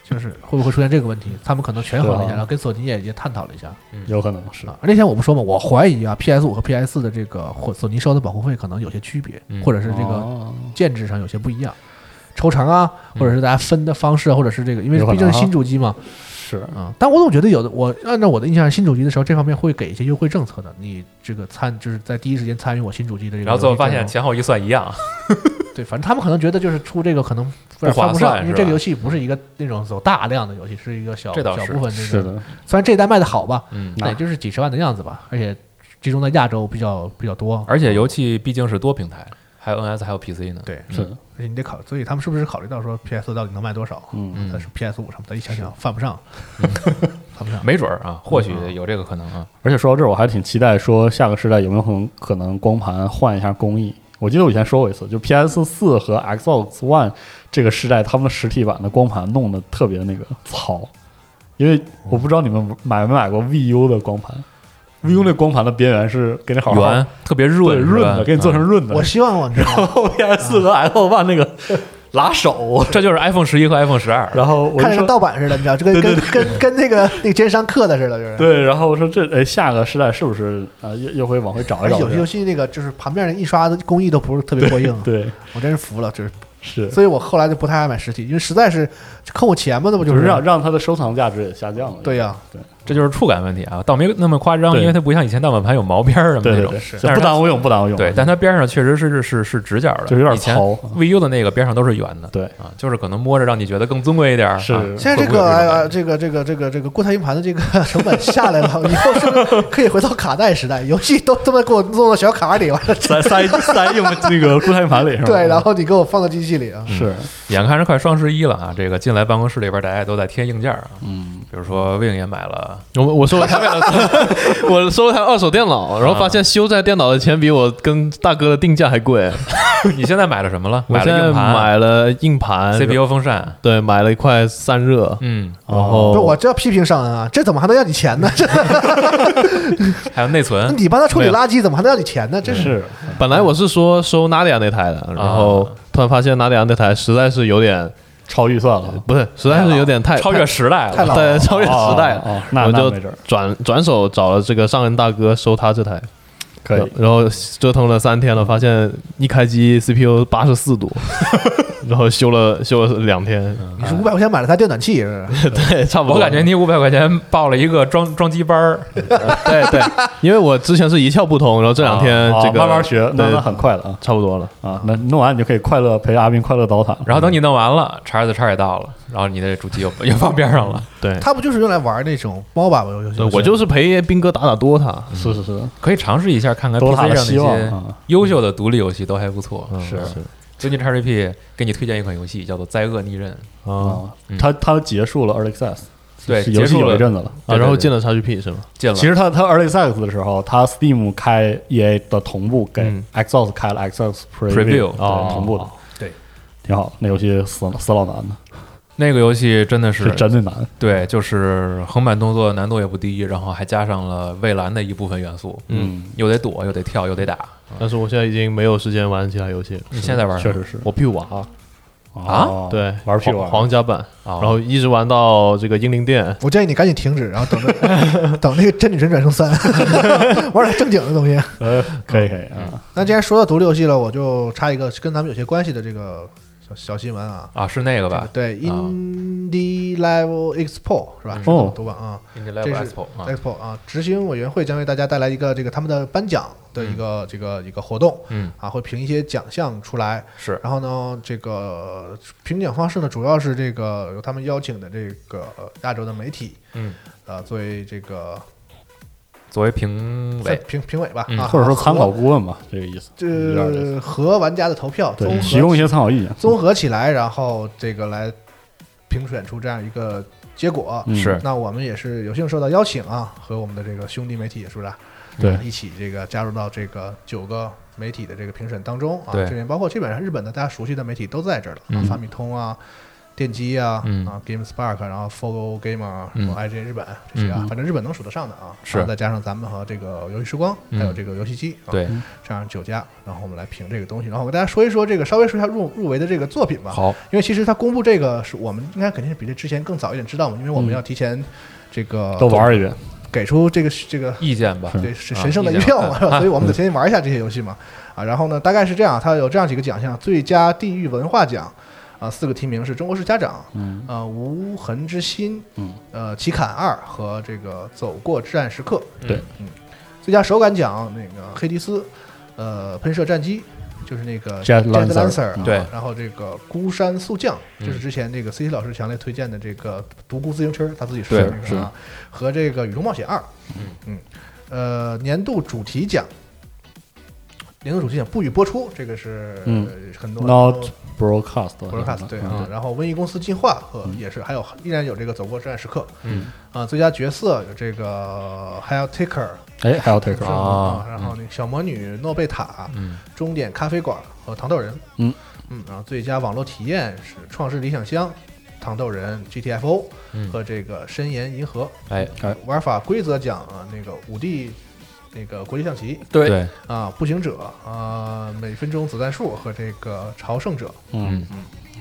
S3: 就是会不会出现这个问题？他们可能权衡了一
S2: 对
S3: 下，
S2: 啊
S3: 然后跟索尼也也探讨了一下。
S2: 有可能是
S3: 啊，那天我不说嘛，我怀疑啊，PS 五和 PS 四的这个或索尼收的保护费可能有些区别，
S1: 嗯
S3: 或者是这个
S2: 哦
S3: 建制上有些不一样，抽成啊，
S1: 嗯
S3: 或者是大家分的方式啊，或者是这个，因为
S2: 有可
S3: 毕竟
S2: 能啊
S3: 是新主机嘛，
S2: 是
S3: 啊，但我总觉得有的，我按照我的印象，新主机的时候，这方面会给一些优惠政策的。你这个参就是在第一时间参与我新主机的这个，
S1: 然后最后发现，前后预算一样，
S3: 对，反正他们可能觉得就是出这个可能有点
S1: 不划
S3: 犯不
S1: 算
S3: 上，因为
S1: 是
S3: 这
S1: 吧
S3: 个游戏不是一个那种走大量的游戏，是一个小
S1: 这倒
S3: 小
S1: 是
S3: 部分这
S2: 是
S3: 个，
S2: 的，
S3: 虽然这一代卖的好吧，
S1: 嗯，
S3: 那也就是几十万的样子吧，而且集中在亚洲比较比较多，
S1: 而且尤其毕竟是多平台，还有 NS 还有 PC 呢，
S3: 对，嗯
S2: 是的，
S3: 而且你得考，所以他们是不是考虑到说 PS 到底能卖多少？
S2: 嗯，
S1: 嗯
S3: 但是 PS 五上，咱一想想犯不上， 犯不上。
S1: 没准儿啊，或许有这个可能啊，
S2: 而且说到这儿，我还挺期待说下个时代有没有可能可能光盘换一下工艺。我记得我以前说过一次，就 PS 四和 Xbox One 这个时代，他们的实体版的光盘弄得特别那个糙，因为我不知道你们买没买过 VU 的光盘，VU 那光盘的边缘是给你好好
S1: 圆哦特别
S2: 对
S1: 润
S2: 润的，给你做成，
S1: 是吧
S2: 润的。
S3: 我希望我 知道，
S2: PS 四和 Xbox One 那个拉手，
S1: 嗯这就是 iPhone 十一和 iPhone 十二，
S2: 然后我就
S5: 看着
S2: 说
S5: 跟盗版似的，你知道，这跟
S2: 对
S5: 跟跟跟那个那个奸商刻的似的，就是。
S2: 对，然后我说这哎，下个时代是不是啊、又又会往回找
S5: 而
S2: 一
S5: 且
S2: 找？
S5: 哎有些游戏那个就是旁边的印刷的工艺都不是特别过硬，啊
S2: 对
S5: 我真是服了，就是，
S2: 是，
S5: 所以我后来就不太爱买实体，因为实在是坑我钱嘛，那不
S2: 就
S5: 就是是
S2: 让让它的收藏价值也下降了。
S5: 对呀、
S1: 这就是触感问题啊，倒没那么夸张，
S2: 对
S1: 因为它不像以前盗版盘有毛边儿什么
S2: 对
S1: 那
S2: 对
S1: 种
S2: 对，，
S1: 但
S2: 不
S1: 是它
S2: 耽误用，不耽误用。
S1: 对，但它边上确实是是是直角的，
S2: 就是有点
S1: 以前嗯
S2: 糙
S1: VU 的那个边上都是圆的，
S2: 对
S1: 啊，就是可能摸着让你觉得更尊贵一点儿，
S2: 是
S1: 啊
S5: 现在这
S1: 会不
S5: 个
S1: 会有这种
S5: 呃
S1: 感
S5: 这个这个这个这个固态硬盘的这个 成本下来了，以后是不是可以回到卡带时代？游戏都他妈给我弄到小卡里，完了
S2: 塞塞塞用那个固态硬盘里是吧？
S5: 对，然后你给我放到机器里啊，
S2: 是
S1: 眼看着快双十一了啊，这个进来办公室里边，大家也都在贴硬件儿啊，
S2: 嗯，
S1: 比如说 Win 也买了，
S4: 我我收了台我收了台二手电脑，
S1: 啊
S4: 然后发现修这台电脑的钱比我跟大哥的定价还贵。
S1: 你现在买了什么了？
S4: 我
S1: 买
S4: 现
S1: 了
S4: 在
S1: 硬盘、
S4: 买了硬盘
S1: CPU 风扇，
S4: 对，买了一块散热，
S1: 嗯，
S5: 不
S4: 然
S2: 哦
S4: 后
S5: 是我这要批评上恩啊，这怎么还能要你钱
S2: 嗯
S5: 呢？这
S1: 还有内存
S5: 你帮他处理垃圾，怎么还能要你钱呢？这是
S2: 是
S4: 本来我是说收 Nadia 那台
S1: 啊
S4: 的，然后突然发现 Nadia 那台实在是有点，
S2: 超预算了，
S4: 不是，实在是有点太
S1: 超越时代
S5: 太
S1: 了。
S5: 老
S4: 对
S5: 了，
S4: 超越时代
S2: 哦
S4: 了，
S2: 哦哦那
S4: 我
S2: 那
S4: 就
S2: 没准儿
S4: 转转手找了这个上恩大哥收他这台，
S2: 可以。
S4: 然后折腾了三天了，发现一开机 CPU 八十四度， 然后修了修了两天，
S3: 嗯
S5: 你是五百块钱买了台电暖器是不是？
S4: 对， 差不多。
S1: 我感觉 你五百块钱报了一个装装机班儿，
S4: 对对，因为我之前是一窍不通，然后这两天
S2: 哦
S4: 这个
S2: 慢慢学，那
S4: 对
S2: 那很快了啊
S4: 差不多了。
S2: 啊！那弄完你就可以快乐陪阿斌快乐倒塔了。
S1: 然后等你弄完了，叉 S 叉也到了，然后你的主机又又放边上了。
S4: 对，
S5: 他不就是用来玩那种猫吧游戏
S4: 对？我就是陪斌哥打打 DOTA，
S2: 是是是，
S1: 可以尝试一下看看
S2: 多
S1: PC
S2: 塔
S1: 上
S2: 的
S1: 那
S2: 希望
S1: 些
S2: 啊！
S1: 优秀的独立游戏都还不错。
S4: 嗯
S2: 是
S1: 最近 XGP 给你推荐一款游戏，叫做《灾厄逆刃》，
S4: 啊
S2: 啊
S1: 嗯，
S2: 它它结束了 Early Access，
S1: 对，
S2: 是游
S1: 结
S2: 戏
S1: 束
S2: 有
S1: 了
S2: 一阵子了。
S1: 对
S4: 啊，
S1: 对
S4: 然后
S1: 对
S4: 进了 XGP 是吗？
S1: 进了
S2: 其，实它它 Early Access 的时候，它 Steam 开 EA 的同步给
S4: 嗯
S2: Xbox 开了 Xbox
S1: Preview，
S2: Preview，
S4: 哦
S2: 对，同步的，
S3: 对，
S2: 挺好。那游戏死死老难的，
S1: 那个游戏真的
S2: 是真的难。
S1: 对，就是横版动作难度也不低，然后还加上了蔚蓝的一部分元素，
S4: 嗯，
S1: 又得躲又得跳又得打。
S4: 但是我现在已经没有时间玩其他游戏了。
S1: 你现在玩
S2: 确实是
S4: 我 P 五啊，
S1: 啊
S2: 哦
S4: 对，
S2: 玩屁
S4: 皇
S2: 玩
S4: 皇家版，
S1: 啊，
S4: 然后一直玩到这个英灵殿，
S5: 我建议你赶紧停止，然后等着等那 个《真女神转生三》， 玩点正经的东西。
S2: 呃，可以可以啊，
S5: 那既然说到独立游戏了，我就插一个跟咱们有些关系的这个小小新闻啊。
S1: 啊是那个吧？
S5: 对
S1: 啊
S5: ，Indie Level Expo 是吧？是这
S2: 哦
S5: 么读吧啊这
S1: Indie
S5: 是
S1: Expo 啊，
S3: 哎
S5: ，Expo 啊，执行委员会将为大家带来一个这个他们的颁奖的一个这个一个活动
S1: 嗯
S5: 啊，会评一些奖项出来。
S1: 是
S5: 然后呢，这个评奖方式呢，主要是这个由他们邀请的这个呃亚洲的媒体
S1: 嗯，
S5: 啊作为这个
S1: 作为评
S5: 算
S1: 委，
S5: 评评委吧
S1: 嗯
S5: 啊，
S2: 或者说参
S5: 和
S2: 考顾问吧，这个意思。有点类似
S5: 这和玩家的投票综
S2: 对，
S5: 合
S2: 提供一些参考意见。
S5: 综合起来，然后这个来评选出这样一个结果。
S2: 嗯
S1: 是
S5: 那我们也是有幸受到邀请啊，和我们的这个兄弟媒体也是不是啊
S2: 对
S5: 一起这个加入到这个九个媒体的这个评审当中啊。
S1: 对
S5: 这边包括基本上日本的大家熟悉的媒体都在这儿了，
S1: 嗯
S5: 啊，发米通啊。
S3: 电机啊，
S1: 嗯
S3: 啊 Game Spark，然后 Fogo Game 啊，什
S1: 嗯
S3: 么 IGN 日本这些啊，
S1: 嗯
S3: 反正日本能数得上的啊，
S1: 是
S3: 然后再加上咱们和这个游戏时光，还有
S1: 嗯
S3: 这个游戏机，啊，
S1: 对，
S3: 这样九家，然后我们来评这个东西，然后我给大家说一说这个，稍微说一下入入围的这个作品吧，
S1: 好，
S3: 因为其实它公布这个是我们应该肯定是比这之前更早一点知道嘛，因为我们
S2: 嗯
S3: 要提前这个
S2: 都玩一遍，
S3: 给出这个这个
S1: 意见吧，
S3: 对，是
S1: 啊
S3: 神圣的
S1: 意
S3: 一
S1: 见
S3: 票
S1: 啊
S3: 嘛，所以我们得先玩一下这些游戏嘛。啊，然后呢，大概是这样，它有这样几个奖项：最佳地域文化奖，啊，四个提名是《中国式家长》、
S2: 嗯
S3: 呃，《无痕之心》、
S2: 嗯、
S3: 呃，《奇坎二》和这个《走过至暗时刻》。
S2: 对，
S3: 嗯，最佳手感奖那个《黑迪斯》，呃，《喷射战机》就是那个
S2: Jet
S3: Jet
S2: Lancer，嗯
S3: Lancer，啊
S1: 对
S3: 然后这这个孤山速降，这
S1: 嗯
S3: 是之前这个 C C 老师强烈推荐的这个独孤自行车，他自己说的
S2: 对
S3: 那个啊，和这个《雨中冒险二》，嗯呃，年度主题奖，年度主题奖不予播出，这个是
S2: 嗯
S3: 呃很多
S2: Not broadcast
S3: broadcast 对啊
S2: 嗯，
S3: 然后瘟疫公司进化和也是还有依然有这个走过至暗时刻，
S1: 嗯
S3: 啊，最佳角色有这个 Hell Taker
S2: 哎，还有 Taker
S1: 啊
S3: 然后那个小魔女诺贝塔，
S1: 嗯
S3: 终点咖啡馆和糖豆人。
S2: 嗯
S3: 嗯，然后最佳网络体验是《创世理想乡》、糖豆人 GTFO
S1: 嗯，
S3: 和这个《深岩银河
S1: 哎，》
S2: 哎
S3: 玩法规则奖啊，那个五 D 那个国际象棋
S1: 对，
S3: 啊，步行者啊，每分钟子弹数和这个朝圣者，
S2: 嗯，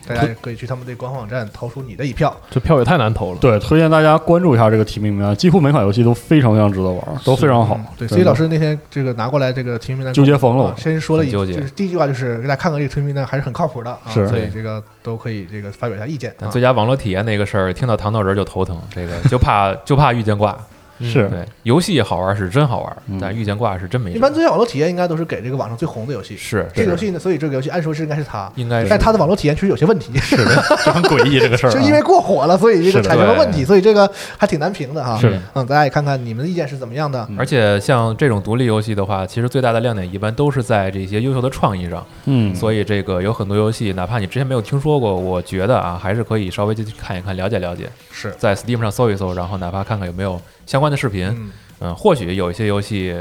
S3: 大家也可以去他们的官方网站投出你的一票。
S4: 这票也太难投了。
S2: 对，推荐大家关注一下这个提名名单，几乎每款游戏都非常非常值得玩，都非常好
S3: 嗯。对，
S2: 真
S3: 所以
S2: 的
S3: 老师那天这个拿过来这个提名单，
S2: 纠结疯了
S3: 啊
S2: 我，
S3: 先说了一，
S1: 很纠
S3: 就
S1: 结
S3: 是第一句话就是给大家看看这个提名单还是很靠谱的啊，
S2: 是
S3: 所以这个都可以这个发表一下意见
S1: 但
S3: 啊
S1: 最。佳网络体验那个事儿，听到糖豆人就头疼，这 个就怕就怕遇见挂。
S3: 嗯
S2: 是
S1: 对，游戏好玩是真好玩，
S2: 嗯
S1: 但遇见挂是真没
S3: 一
S1: 辙。
S3: 般最佳网络体验应该都是给这个网上最红的游戏，
S1: 是
S3: 这个游
S1: 是
S3: 戏呢，所以这个游戏按说是应该是它，
S1: 应该
S3: 但
S1: 是
S3: 它的网络体验确实有些问题，
S2: 是的，就很诡异这个事儿啊。
S3: 就因为过火了，所以这
S2: 是
S3: 个
S2: 的
S3: 产生了问题，所以这个还挺难评的哈。
S2: 是的
S3: 嗯，大家也看看你们的意见是怎么样的。
S1: 而且像这种独立游戏的话，其实最大的亮点一般都是在这些优秀的创意上。
S2: 嗯，
S1: 所以这个有很多游戏，哪怕你之前没有听说过，我觉得啊，还是可以稍微就去看一看、了解了解，
S3: 是，
S1: 在 Steam 上搜一搜，然后哪怕看看有没有相关的视频，
S3: 嗯，
S1: 嗯，或许有一些游戏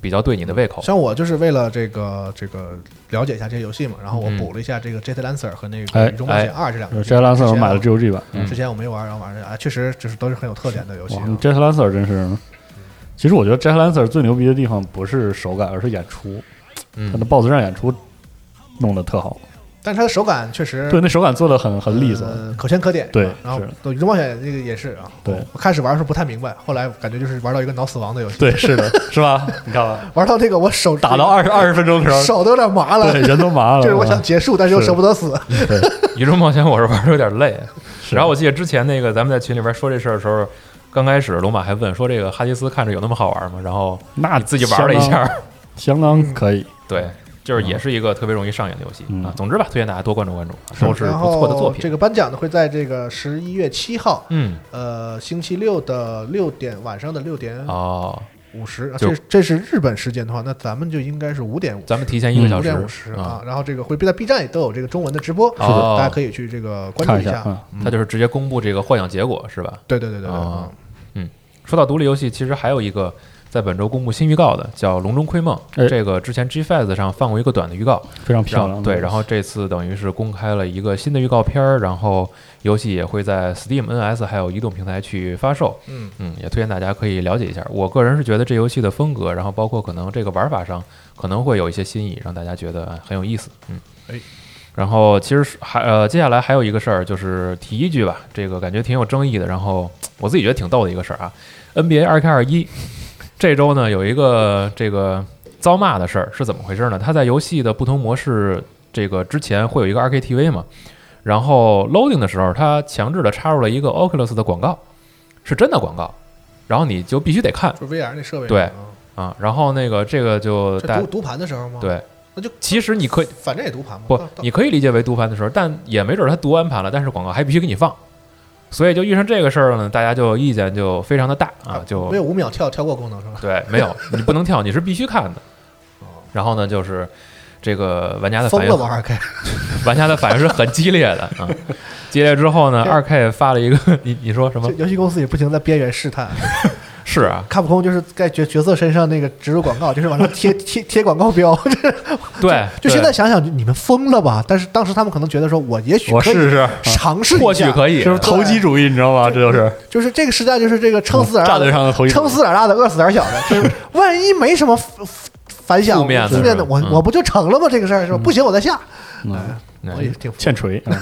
S1: 比较对你的胃口。
S3: 像我就是为了这个这个了解一下这些游戏嘛，然后我
S1: 嗯
S3: 补了一下这个 Jet Lancer 和那个
S2: 哎
S3: 《雨中冒险二》这两个游戏。
S2: Jet Lancer 我
S3: 之前啊
S2: 买了 GOG 版，
S1: 嗯
S3: 之前我没玩，然后玩了，啊，确实就是都是很有特点的游戏
S2: 哇
S3: 啊。
S2: ，Jet Lancer 真是。其实我觉得 Jet Lancer 最牛逼的地方不是手感，而是演出，
S1: 嗯
S2: 他的 BOSS 战演出弄得特好，
S3: 但是它的手感确实
S2: 对，那手感做的很很利索。
S3: 呃可圈可点。
S2: 对
S3: 是吧然后
S2: 是
S3: 《宇宙冒险》这个也是啊，
S2: 对
S3: 我开始玩的时候不太明白，后来感觉就是玩到一个脑死亡的游戏，
S2: 对，是的， 是吧？你看吧，
S3: 玩到那个我手
S2: 打到二十二十分钟的时候，
S3: 手都有点麻了
S2: 对，，人都麻了。
S3: 就是我想结束，但是又
S2: 是
S3: 舍不得死。
S1: 《移动冒险》我是玩的有点累，
S2: 是
S1: 然后我记得之前那个咱们在群里边说这事儿的时候，刚开始龙马还问说这个哈迪斯看着有那么好玩吗？然后
S2: 那
S1: 你自己玩了一下，
S2: 相当，相
S3: 嗯
S2: 当可以。
S1: 对，就是也是一个特别容易上瘾的游戏
S2: 嗯
S1: 啊。总之吧，推荐大家多关注关注，都是
S3: 然
S1: 不
S3: 后
S1: 错的作品
S3: 这。个颁奖呢会在这个十一月七号，
S1: 嗯，
S3: 呃，星期六的六点晚上的六点
S2: 嗯
S1: 哦，
S3: 五十，啊
S1: 就
S3: 这这是日本时间的话，那咱们就应该是五点五，
S1: 咱们提前一个小
S3: 五
S1: 时
S3: 点五十
S1: 啊
S3: 啊。然后这个会在 B 站也都有这个中文的直播，
S1: 哦
S3: 大家可以去这个关
S2: 看
S3: 注
S2: 一下
S3: 下。
S2: 啊，
S1: 他就是直接公布这个获奖结果是吧？
S3: 对对对对对，
S1: 哦
S3: 啊
S1: 说到独立游戏，其实还有一个在本周公布新预告的，叫《笼中窥梦》。
S2: 哎
S1: 这个之前 G Fest 上放过一个短的预告，
S2: 非常漂
S1: 然
S2: 亮。
S1: 后对，然后这次等于是公开了一个新的预告片儿，然后游戏也会在 Steam、NS 还有移动平台去发售。
S3: 嗯
S1: 嗯，也推荐大家可以了解一下。我个人是觉得这游戏的风格，然后包括可能这个玩法上可能会有一些新意，让大家觉得哎很有意思。嗯，
S3: 哎。
S1: 然后其实是还呃，接下来还有一个事儿，就是提一句吧，这个感觉挺有争议的，然后我自己觉得挺逗的一个事儿啊。NBA 二 K 二一这周呢有一个这个遭骂的事儿是怎么回事呢？它在游戏的不同模式这个之前会有一个 RKTV 嘛，然后 loading 的时候，它强制的插入了一个 Oculus 的广告，是真的广告，然后你就必须得看
S3: 就 VR 那设备
S1: 对
S3: 啊
S1: 啊。然后那个这个就
S3: 这
S1: 大
S3: 读读盘的时候吗？，
S1: 对，
S3: 那就啊
S1: 其实你可以
S3: 反正也读盘嘛。
S1: 不
S3: 到，到
S1: 你可以理解为读盘的时候，但也没准他读完盘了，但是广告还必须给你放。所以就遇上这个事儿了呢，大家就意见就非常的大啊，就
S3: 没有五秒跳跳过功能是 吧？
S1: 对，没有，你不能跳，你是必须看的
S3: 哦。
S1: 然后呢，就是这个玩家的
S3: 疯
S1: 反
S3: 了
S1: 应，
S3: 吧二 K？
S1: 玩家的反应是很激烈的 啊。激烈之后呢，二 K 发了一个，你你说什么
S3: 这？游戏公司也不停在边缘试探，
S1: 是啊，
S3: 卡普空就是在角角色身上那个植入 广告，就是往上贴贴贴广告标。
S1: 对，
S3: 就
S1: 对
S3: 现在想想，你们疯了吧？但是当时他们可能觉得说，我也许
S2: 我
S3: 可以
S2: 试试，
S3: 尝试一下，
S1: 或许可以，
S2: 这是投机主义，你知道吗？这就是
S3: 就是这个时代，就是这个撑死点儿
S2: 战
S3: 大
S2: 略
S3: 的，
S2: 上的投机主
S3: 撑
S2: 义。
S3: 死点儿大的，饿死点儿小 的。就是万一没什么反反响，
S1: 负面的
S3: 负面的，我
S1: 嗯
S3: 我不就成了吗？这个事儿是吧？不行，我再下。哎
S2: 嗯
S3: 我也挺
S2: 欠锤，嗯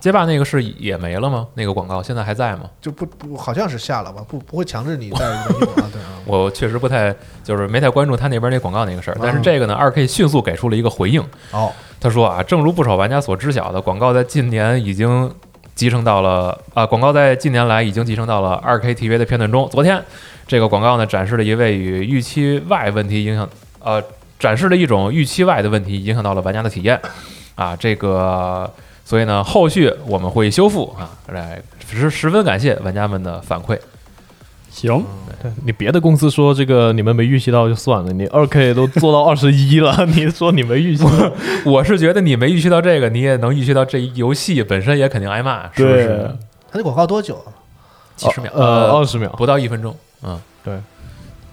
S1: 街霸那个是也没了吗？那个广告现在还在吗？
S3: 就不不，好像是下了吧？不不会强制你带游戏啊？对 啊。
S1: 我确实不太就是没太关注他那边那广告那个事儿，但是这个呢，二 K 迅速给出了一个回应。
S3: 哦，
S1: 他说啊，正如不少玩家所知晓的，广告在近年已经集成到了啊、广告在近年来已经集成到了二 K TV 的片段中。昨天，这个广告呢展示了一位与预期外问题影响呃展示了一种预期外的问题，影响到了玩家的体验啊，这个。所以呢，后续我们会修复啊，来十十分感谢玩家们的反馈。
S2: 行，
S4: 对你别的公司说这个你们没预习到就算了，你二 K 都做到二十一了， 你说你没预习到，
S1: 我是觉得你没预期到这个，你也能预期到这一游戏本身也肯定挨骂，是不
S2: 对
S1: 是？
S3: 他那广告多久啊？
S1: 几十秒，
S4: 呃，二十秒，
S1: 不到一分钟，嗯，
S4: 对，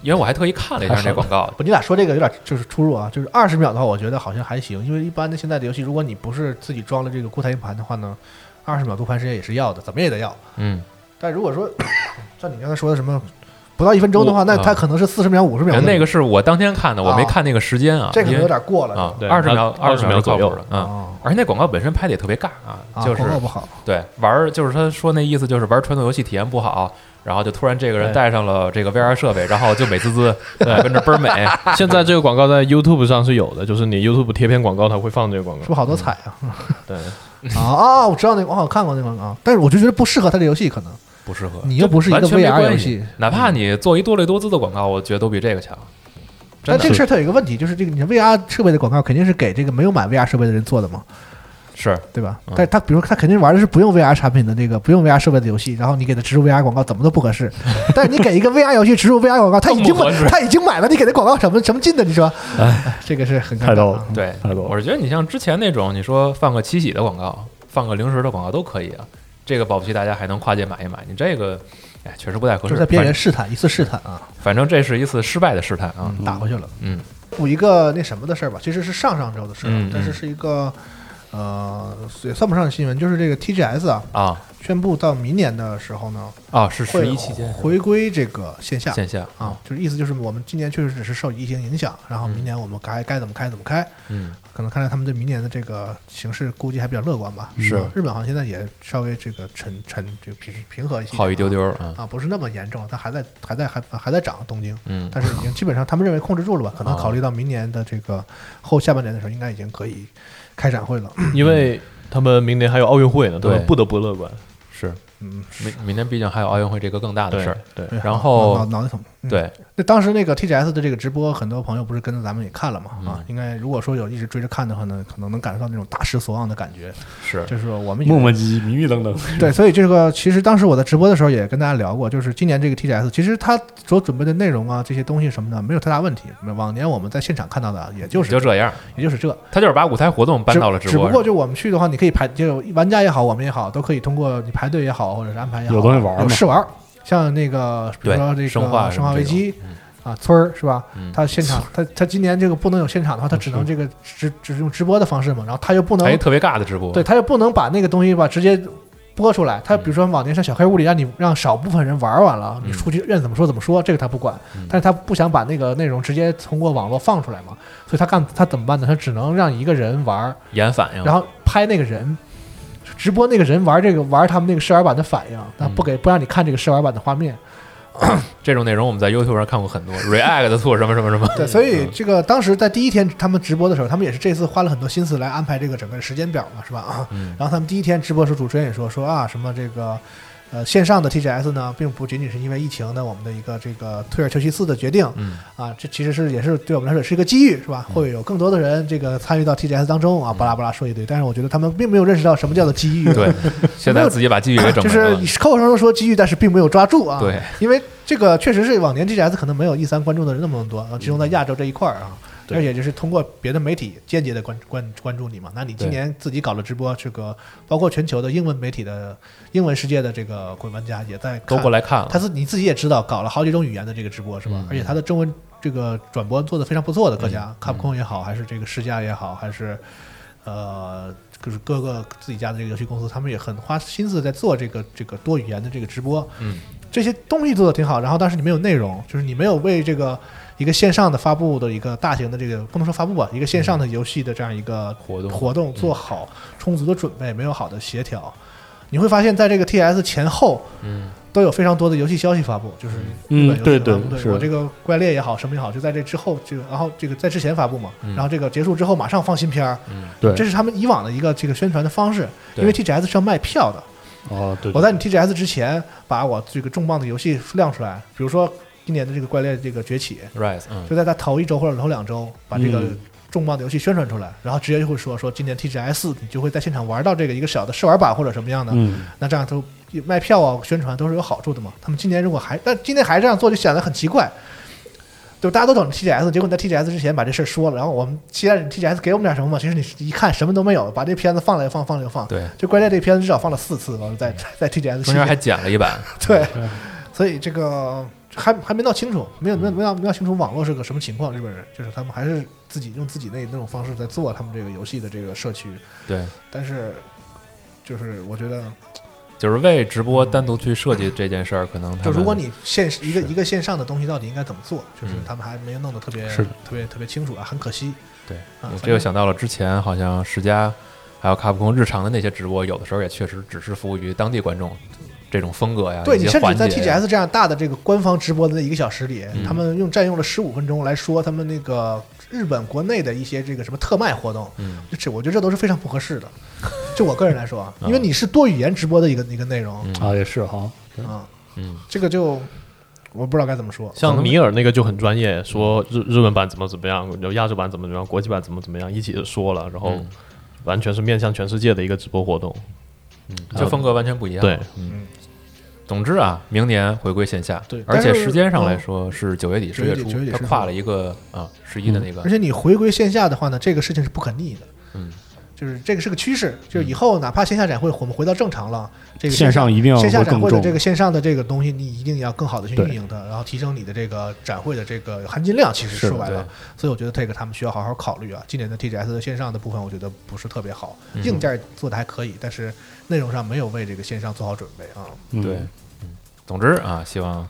S1: 因为我还特意看了一下
S2: 太少
S1: 这
S2: 了
S1: 广告，
S3: 不，你俩说这个有点就是出入啊。就是二十秒的话，我觉得好像还行，因为一般的现在的游戏，如果你不是自己装了这个固态硬盘的话呢，二十秒读盘时间也是要的，怎么也得要。
S1: 嗯，
S3: 但如果说 像你刚才说的什么不到一分钟的话，
S1: 我
S3: 那
S1: 啊
S3: 它可能是四十秒、五十秒
S1: 哎
S3: 的。
S1: 那个是我当天看的，我没
S3: 啊
S1: 看那个时间啊，
S3: 这可
S1: 因
S3: 能
S1: 为
S3: 有点过了
S1: 啊
S3: 就。，
S4: 对
S1: 二十秒，
S4: 那
S1: 二十
S4: 20秒
S1: 左
S4: 左
S1: 右
S4: 右
S1: 了，嗯。
S3: 哦
S1: 而且那广告本身拍的也特别尬啊，
S3: 啊，
S1: 就是
S3: 广告不好，
S1: 对玩儿，就是他说那意思就是玩传统游戏体验不好，然后就突然这个人
S4: 对
S1: 带上了这个 VR 设备，然后就美滋滋，对，跟着倍儿美，
S4: 现在这个广告在 YouTube 上是有的，就是你 YouTube 贴片广告，它会放这个广
S3: 是
S4: 告
S3: 不。是
S1: 嗯
S3: 好多彩啊？
S4: 对，
S3: 啊啊！我知道那个，我好像看过那广告，但是我就觉得不适合他这游戏，可能
S1: 不适合。
S3: 你又不是一
S1: 完
S3: 个
S1: 全没
S3: VR 游
S1: 关
S3: 戏嗯
S1: 系。，哪怕你做一多类多姿的广告，我觉得都比这个强。真
S3: 但
S1: 的
S3: 这个事儿它有一个问题，就是这个你 VR 设备的广告肯定是给这个没有买 VR 设备的人做的嘛。
S1: 是
S3: 对吧
S1: 嗯？
S3: 但是他比如他肯定玩的是不用 VR 产品的那个不用 VR 设备的游戏，然后你给他植入 VR 广告怎么都不合 适。但是你给一个 VR 游戏植入 VR 广告，他已经
S1: 更不合适
S3: 买他已经买了，你给他广告什么什么劲的？你说，哎，这个是很尴
S2: 太
S3: 尬
S2: 逗
S3: 啊
S2: 了。
S1: 对，
S2: 太多了
S1: 我是觉得你像之前那种，你说放个七喜的广告，放个零食的广告都可以啊，这个保不齐大家还能跨界买一买。你这个，哎，确实不太合适。
S3: 就是在边缘
S1: 反
S3: 试探，一次试探啊，
S1: 反正这是一次失败的试探啊。
S3: 打回去了。
S1: 嗯，
S3: 补一个那什么的事儿吧，其实是上上周的事儿
S1: 嗯
S3: 啊
S1: 嗯，
S3: 但是是一个呃也算不上新闻，就是这个 TGS 啊
S1: 啊
S3: 宣布到明年的时候呢，
S1: 啊，是十
S3: 会
S1: 一期间
S3: 回归这个线下。
S1: 线下
S3: 啊，，就是意思就是我们今年确实只是受疫情影响，然后
S1: 嗯
S3: 明年我们该该怎么开怎么开，
S1: 嗯，
S3: 可能看来他们对明年的这个形势估计还比较乐观吧。
S1: 是
S3: 嗯日本好像现在也稍微这个沉沉这个平平和一些，
S1: 好一丢丢啊，
S3: 啊，不是那么严重，它还在还在还还在涨东京，
S1: 嗯，
S3: 但是已经基本上他们认为控制住了吧？可能
S1: 哦
S3: 考虑到明年的这个后下半年的时候，应该已经可以开展会了。
S4: 因为他们明年还有奥运会呢，他
S1: 对
S4: 们不得不乐观。
S1: 是
S3: 嗯，
S1: 明明天毕竟还有奥运会这个更大的
S4: 对
S1: 事儿。
S4: 啊对，
S3: 对
S1: 然后
S3: 脑脑脑袋疼。嗯，
S1: 对，
S3: 那当时那个 TGS 的这个直播，很多朋友不是跟着咱们也看了嘛？啊
S1: 嗯，
S3: 应该如果说有一直追着看的话呢，可能能感受到那种大失所望的 感觉，
S1: 是
S3: 就是哎说我们以为
S2: 磨磨唧唧，迷迷瞪瞪，
S3: 对，所以这个其实当时我在直播的时候也跟大家聊过，就是今年这个 TGS，其实它所准备的内容啊，这些东西什么的，没有太大问题。往年我们在现场看到的，也就是
S1: 就这样，
S3: 也就是这，
S1: 他就是把舞台活动搬
S3: 只
S1: 到了直
S3: 只
S1: 播
S3: 不
S1: 上。
S3: 过就我们去的话，你可以排，就玩家也好，我们也好，都可以通过你排队也好，或者是安排也好，
S2: 有东西玩
S3: 有
S2: 嘛？
S3: 试玩儿。像那个，比如
S1: 对
S3: 说这个《
S1: 生化
S3: 生化
S1: 什么
S3: 危
S1: 这
S3: 机》
S1: 种
S3: 啊，村儿是吧？
S1: 嗯，
S3: 它现场，它它今年这个不能有现场的话，它只能这个只只用直播的方式嘛。然后它又不能
S1: 还一特别尬的直播，
S3: 对，他又不能把那个东西吧直接播出来。他比如说往年像小黑屋里让你让少部分人玩完了，你
S1: 嗯
S3: 出去愿怎么说怎么说，这个他不管
S1: 嗯。
S3: 但是他不想把那个内容直接通过网络放出来嘛，所以他干他怎么办呢？他只能让一个人玩，
S1: 演反应，
S3: 然后拍那个人。直播那个人玩这个玩他们那个试玩版的反应，他
S1: 嗯
S3: 不给不让你看这个试玩版的画面，
S1: 这种内容我们在 YouTube 上看过 很多，React 做什么什么什么，
S3: 对，所以这个当时在第一天他们直播的时候，他们也是这次花了很多心思来安排这个整个时间表嘛，是吧？啊，
S1: 嗯
S3: 然后他们第一天直播时，主持人也说说啊，什么这个呃线上的 TGS 呢，并不仅仅是因为疫情的我们的一个这个退而求其次的决定
S1: 嗯
S3: 啊，这其实是也是对我们来说也是一个机遇，是吧？会有更多的人这个参与到 TGS 当中啊，巴拉巴拉说一堆，但是我觉得他们并没有认识到什么叫做机遇，
S1: 嗯 对，现在自己把机遇给整
S3: 就
S1: 没
S3: 是
S1: 了
S3: 你，口口声声说机遇，但是并没有抓住啊。
S1: 啊对，因嗯
S3: 因为这个确实是往年 TGS 可能没有 E 三关注的人那么多，集中在亚洲这一块儿啊。
S2: 对
S3: 而且就是通过别的媒体间接的关关关注你嘛。那你今
S1: 对
S3: 年自己搞了直播，这个包括全球的英文媒体的英文世界的这个鬼玩家也在
S1: 都
S3: 看
S1: 过来看了。
S3: 他自你自己也知道，搞了好几种语言的这个直播是吧？
S1: 嗯
S3: 而且他的中文这个转播做的非常不错的，各家、c a p c o m 也好，还是这个世嘉也好，还是呃，就是各个自己家的这个游戏公司，他们也很花心思在做这个这个多语言的这个直播。
S1: 嗯，
S3: 这些东西做的挺好，然后但是你没有内容，就是你没有为这个一个线上的发布的一个大型的这个不能说发布吧，一个线上的游戏的这样一个
S1: 活动嗯
S3: 活动做好充足的准备，没有好的协调，你会发现在这个 TS 前后，
S1: 嗯，
S3: 都有非常多的游戏消息发布，就是
S2: 嗯
S3: 日本游戏的发布
S2: 对对
S3: 对
S2: 是
S3: 我这个怪猎也好，什么也好，就在这之后就然后这个在之前发布嘛，
S1: 嗯
S3: 然后这个结束之后马上放新片儿，
S2: 对，
S3: 这是他们以往的一个这个宣传的方式，
S1: 对
S3: 因为 TGS 是要卖票的，
S2: 哦，对，对
S3: 我在你 TGS 之前把我这个重磅的游戏亮出来，比如说今年的这个怪猎这个崛起，
S1: Rise，嗯，
S3: 就在它头一周或者头两周把这个
S2: 嗯
S3: 重磅的游戏宣传出来，然后直接就会说说今年 TGS 你就会在现场玩到这个一个小的试玩版或者什么样的，
S2: 嗯，
S3: 那这样都卖票啊、宣传都是有好处的嘛。他们今年如果还，但今年还这样做，就显得很奇怪。对吧，大家都等着 TGS，结果你在 TGS 之前把这事儿说了，然后我们期待着 TGS 给我们点什么嘛？其实你一看什么都没有，把这片子放了又放，放了又放。
S1: 对，
S3: 就关键这片子至少放了四次吧，在在 TGS 期
S1: 中间还
S3: 间。
S1: 剪了一版，
S3: 对，所以这个还还没闹清楚，没有没有没有没闹清楚网络是个什么情况。日本人就是他们还是自己用自己那那种方式在做他们这个游戏的这个社区，
S1: 对，
S3: 但是就是我觉得
S1: 就是为直播单独去设计这件事儿，可能他
S3: 就
S1: 们
S3: 如果你线一个一个线上的东西到底应该怎么做，就是
S1: 嗯
S3: 他们还没有弄得特别
S2: 是的
S3: 特别特别清楚啊，很可惜。
S1: 对，
S3: 啊
S1: 我
S3: 反
S1: 这又
S3: 正
S1: 想到了之前好像世嘉还有卡普空日常的那些直播，有的时候也确实只是服务于当地观众这种风格呀，
S3: 对
S1: 一
S3: 你
S1: 些
S3: 甚至
S1: 环
S3: 在
S1: 节
S3: TGS 这样大的这个官方直播的那一个小时里，
S1: 嗯
S3: 他们用占用了十五分钟来说他们那个日本国内的一些这个什么特卖活动，
S1: 嗯
S3: 这我觉得这都是非常不 合适的。就我个人来说啊，因为你是多语言直播的一个一个内容
S1: 嗯
S2: 啊，也是哈，
S3: 啊，
S1: 嗯，
S3: 这个就我不知道该怎么说。
S4: 像米尔那个就很专业，说日日文版怎么怎么样，然后亚洲版怎么怎么样，国际版怎么怎么样，一起就说了，然后
S1: 嗯
S4: 完全是面向全世界的一个直播活动。
S1: 这风格完全不一样。
S4: 对，
S1: 嗯。总之啊，明年回归线下，
S3: 对
S1: 而且
S3: 但是嗯
S1: 时间上来说是九月底十
S3: 9月底
S1: 初
S3: 9月，底嗯
S1: 它
S3: 10
S1: 跨了一个啊十一的那个
S3: 而，且你回归线下的话呢，这个事情是不可逆的。
S1: 嗯，
S3: 就是这个是个趋势，就是以后哪怕线下展会我们回到正常了，这个
S2: 线上一定要
S3: 线下
S2: 会
S3: 展
S2: 更
S3: 会的
S2: 重，
S3: 这个线上的这个东西，你一定要更好的去
S2: 对
S3: 运营它，然后提升你的这个展会的这个含金量。其实
S2: 是
S3: 说白
S1: 对
S3: 了，所以我觉得这个他们需要好好考虑啊。今年的 TGS 的线上的部分，我觉得不是特别好，
S1: 嗯
S3: 硬件做的还可以，但是内容上没有为这个线上做好准备啊。
S2: 嗯
S1: 对，嗯，总之啊，希望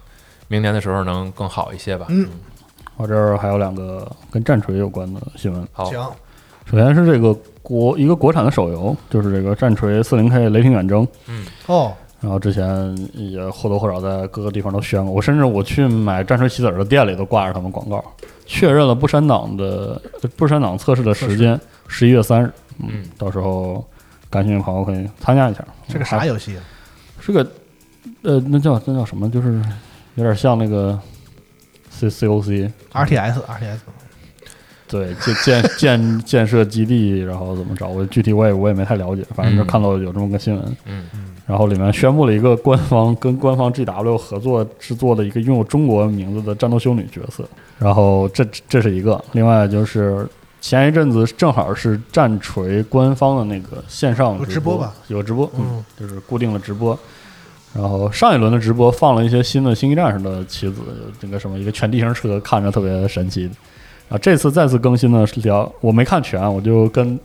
S1: 明年的时候能更好一些吧。
S3: 嗯，
S2: 我这儿还有两个跟战锤有关的新闻。
S1: 好，
S3: 行，
S2: 首先是这个国一个国产的手游，就是这个《战锤 40K 雷霆远征》，
S3: 哦，
S2: 然后之前也或多或少在各个地方都宣过，我甚至我去买《战锤棋子》的店里都挂着他们广告，确认了不删档的不删档测试的时间，十一月三日，
S1: 嗯，
S2: 到时候感兴趣的朋友可以参加一下。
S3: 这个啥
S2: 还
S3: 游戏啊？
S2: 是个呃，那叫那叫什么？就是有点像那个 C C O C，
S3: R T S R T S，
S2: 对，建建建建设基地，然后怎么着？我具体我也我也没太了解，反正就
S1: 嗯
S2: 看到有这么个新闻，
S1: 嗯
S2: 然后里面宣布了一个官方跟官方 GW 合作制作的一个拥有中国名字的战斗修女角色，然后这这是一个，另外就是。前一阵子正好是战锤官方的那个线上
S3: 哦有直
S2: 播
S3: 播吧，
S2: 有直播，
S3: 嗯，
S2: 就是固定了直播。然后上一轮的直播放了一些新的《星际战士》的棋子，这个什么一个全地形车，看着特别神奇。然后这次再次更新呢，是聊我没看全，我就跟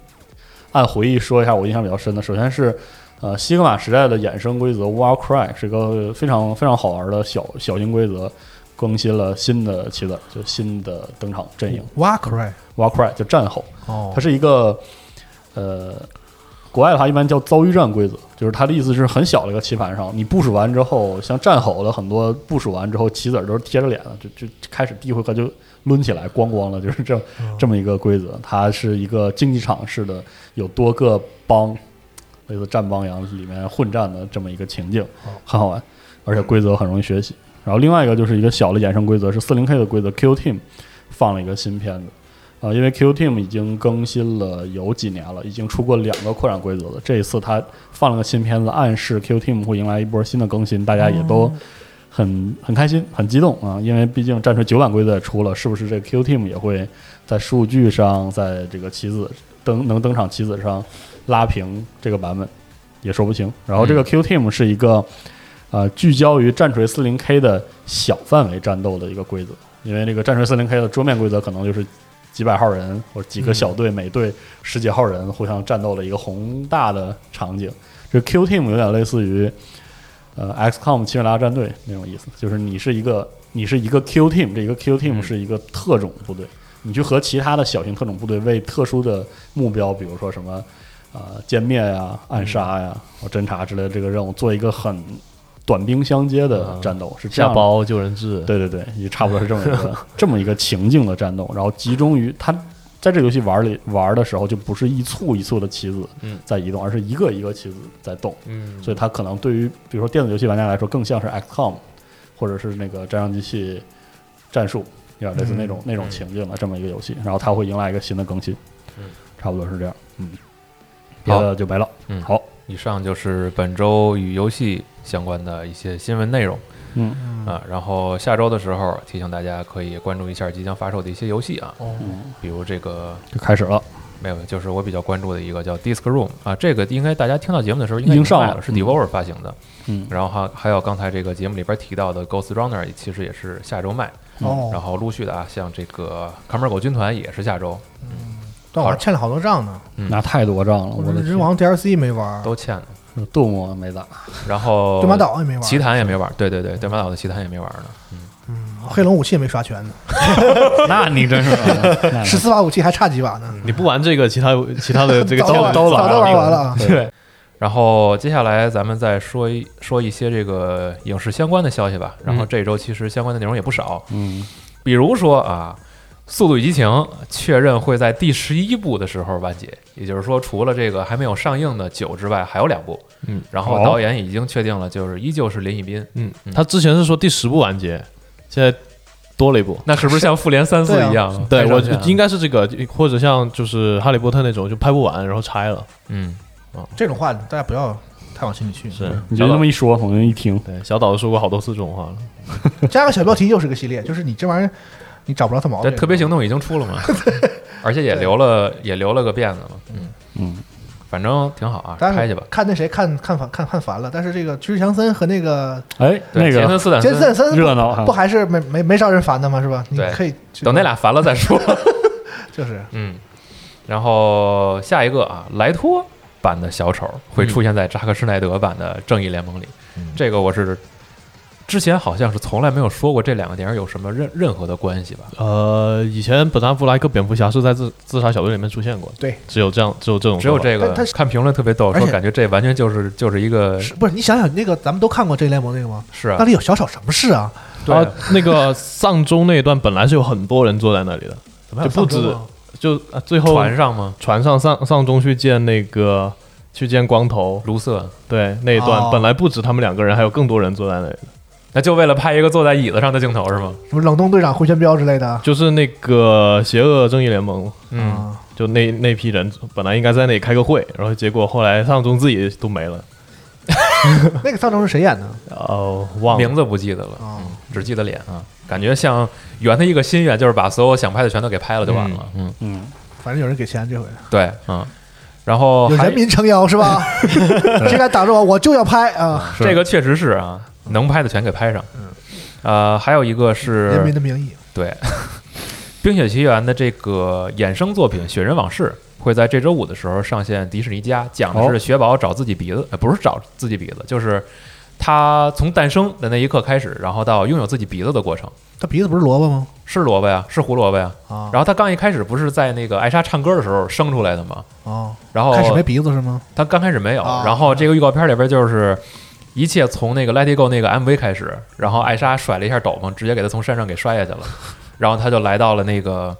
S2: 按回忆说一下我印象比较深的。首先是呃西格玛时代的衍生规则 War Cry 是一个非常非常好玩的小小型规则，更新了新的棋子，就新的登场阵营
S3: War Cry，
S2: War Cry 就战吼。
S3: 哦
S2: 它，是一个呃，国外它一般叫遭遇战规则，就是它的意思是很小的一个棋盘上，你部署完之后，像战吼的很多部署完之后，棋子儿都是贴着脸的，就就开始第一回合就抡起来，咣咣的，就是这这么一个规则。它是一个竞技场式的，有多个帮，类似战帮一样里面混战的这么一个情境，很好玩，而且规则很容易学习。然后另外一个就是一个小的衍生规则，是 40K 的规则 Q Team 放了一个新片子。啊，因为 Q Team 已经更新了有几年了，已经出过两个扩展规则了。这一次他放了个新片子，暗示 Q Team 会迎来一波新的更新，大家也都很很开心，很激动啊，因为毕竟战锤九版规则也出了，是不是这个 Q Team 也会在数据上，在这个棋子登能登场棋子上拉平这个版本，也说不清。然后这个 Q Team 是一个呃聚焦于战锤 40K 的小范围战斗的一个规则，因为这个战锤 40K 的桌面规则可能就是几百号人或者几
S4: 嗯
S2: 个小队，每队十几号人互相战斗的一个宏大的场景。这 Q Team 有点类似于呃 XCOM 奇美拉战队那种意思，就是你是一个你是一个 Q Team，这一个 Q Team
S1: 嗯
S2: 是一个特种部队，你去和其他的小型特种部队为特殊的目标，比如说什么呃歼灭呀、暗杀
S4: 嗯
S2: 呀、或侦察之类的这个任务，做一个很短兵相接的
S4: 啊
S2: 战斗，是这
S4: 下
S2: 样的
S4: 包救人质，
S2: 对对对，也差不多是这么一个这么一个情境的战斗，然后集中于它在这个游戏玩里玩的时候，就不是一簇一簇的棋子
S1: 嗯
S2: 在移动，而是一个一个棋子在动，
S4: 嗯，
S2: 所以它可能对于比如说电子游戏玩家来说，更像是 XCOM 或者是那个战争机器战术，有点类似那种、那种情境的这么一个游戏，然后它会迎来一个新的更新，
S1: 嗯
S2: 差不多是这样，嗯，别
S1: 好
S2: 的就没了，
S1: 嗯
S2: 好，
S1: 以上就是本周与游戏相关的一些新闻内容
S2: 嗯
S1: 啊。然后下周的时候，提醒大家可以关注一下即将发售的一些游戏啊，
S3: 哦，
S2: 嗯，
S1: 比如这个
S2: 就开始了，
S1: 没有，就是我比较关注的一个叫 Disc Room 啊，这个应该大家听到节目的时候应该
S2: 已经上
S1: 卖
S2: 了
S1: 了，是
S2: 嗯
S1: Devolver 发行的。
S2: 嗯，
S1: 然后还还有刚才这个节目里边提到的 Ghost Runner，其实也是下周卖。然
S5: 哦，
S1: 后陆续的啊，像这个看门狗军团也是下周
S5: 但我还欠了好多账呢，
S1: 嗯
S2: 那太多仗了，
S5: 我
S2: 我的
S5: 人王 DLC 没玩，
S1: 都欠了。
S2: 杜牧没打。
S1: 然后
S5: 对马岛也没玩，
S1: 奇谭也没玩，对对对，对马岛的奇谭也没玩呢。
S5: 嗯黑龙武器也没刷全呢，
S2: 那你真是
S1: 嗯
S5: 十四把武器还差几把呢，
S4: 你不玩这个，其他其他的这个
S5: 早
S4: 跳
S5: 晚
S4: 都
S5: 早都玩完了啊，
S2: 对，
S1: 然后接下来咱们再说一说一些这个影视相关的消息吧。然后这周其实相关的内容也不少，
S2: 嗯，
S1: 比如说啊，《速度与激情》确认会在第十一部的时候完结，也就是说，除了这个还没有上映的九之外，还有两部。
S4: 嗯，
S1: 然后
S2: 哦
S1: 导演已经确定了，就是依旧是林一斌。
S4: 嗯，他之前是说第十部完结，现在多了一部。
S1: 那是不是像《复联三四
S5: 对》啊
S1: 一样？
S4: 对
S1: 拍
S4: 我
S1: 上去啊
S4: 应该是这个，或者像就是《哈利波特》那种，就拍不完然后拆了。
S1: 嗯，
S5: 这种话大家不要太往心里去，
S4: 是，
S2: 你就那么一说，我们一听，
S4: 对小岛说过好多次这种话了。
S5: 加个小标题又是个系列，就是你这玩意儿你找不着它毛
S1: 这
S5: 病，
S1: 特别行动已经出 了嘛，而且也留了也留了个辫子嘛。嗯，
S2: 嗯，
S1: 反正挺好啊，
S5: 但是
S1: 拍去吧。
S5: 看那谁看看烦看看烦了，但是这个巨石强森和那个
S2: 哎，
S1: 对
S2: 那
S1: 杰森
S2: 个
S1: 斯坦
S5: 杰
S1: 森
S5: 森斯坦森
S2: 热闹哈
S5: 不，还是没没没少人烦的吗？是吧？你
S1: 对
S5: 可以去
S1: 等那俩烦了 再说。
S5: 就是
S1: 嗯，然后下一个啊，莱托版的小丑
S5: 嗯
S1: 会出现在扎克施奈德版的《正义联盟》里，这个我是之前好像是从来没有说过这两个电影有什么任任何的关系吧？
S4: 呃，以前本·阿弗莱克蝙蝠侠是在自自杀小队里面出现过，
S5: 对，
S4: 只有这样，只有这种
S1: 只
S4: 说
S1: 有
S4: 法，
S1: 这个
S5: 但它是
S1: 看评论特别逗，
S5: 而
S1: 说
S5: 且
S1: 感觉这完全就是就是一个
S5: 是不是？你想想那个咱们都看过《正义联盟》那个吗？
S1: 是啊
S5: 那，里有小丑什么事啊？
S1: 对
S4: 啊，那个丧钟那一段本来是有很多人坐在那里的，
S5: 怎么还有
S4: 就不
S5: 丧钟
S4: 止
S5: 啊
S4: 就、啊、最后
S1: 船上吗？
S4: 船上丧丧钟去见那个去见光头，
S1: 卢瑟，
S4: 对那一段、
S5: 哦
S4: 本来不止他们两个人，还有更多人坐在那里的，
S1: 那就为了拍一个坐在椅子上的镜头是吗？
S5: 什么冷冻队长、回旋镖之类的？
S4: 就是那个邪恶正义联盟，
S1: 嗯，
S5: 啊，
S4: 就那那批人本来应该在那里开个会，然后结果后来丧钟自己都没了，
S5: 那个丧钟是谁演的？
S4: 哦、忘了
S1: 名字不记得了，
S5: 啊，
S1: 只记得脸啊，感觉像圆的一个心愿，就是把所有想拍的全都给拍了就完了。嗯，
S2: 嗯，
S5: 反正有人给钱这回，
S1: 对，嗯，然后
S5: 有
S1: 还
S5: 人民撑腰是 吧？谁敢挡着我，我就要拍啊！
S1: 这个确实是啊，能拍的全给拍上。嗯，呃，还有一个
S5: 人民
S1: 是
S5: 的名义，
S1: 对《冰雪奇缘》的这个衍生作品《雪人往事》会在这周五的时候上线迪士尼家，讲的是
S2: 哦
S1: 雪宝找自己鼻子，呃，不是找自己鼻子，就是他从诞生的那一刻开始，然后到拥有自己鼻子的过程。
S5: 他鼻子不是萝卜吗？
S1: 是萝卜呀，是胡萝卜呀。
S5: 啊
S1: 然后他刚一开始不是在那个艾莎唱歌的时候生出来的吗？
S5: 啊，
S1: 然后哦
S5: 开始没鼻子是吗？
S1: 他刚开始没有，
S5: 啊
S1: 然后这个预告片里边就是一切从那个《Let It Go》那个 MV 开始，然后艾莎甩了一下斗篷，直接给他从山上给摔下去了，然后他就来到了那个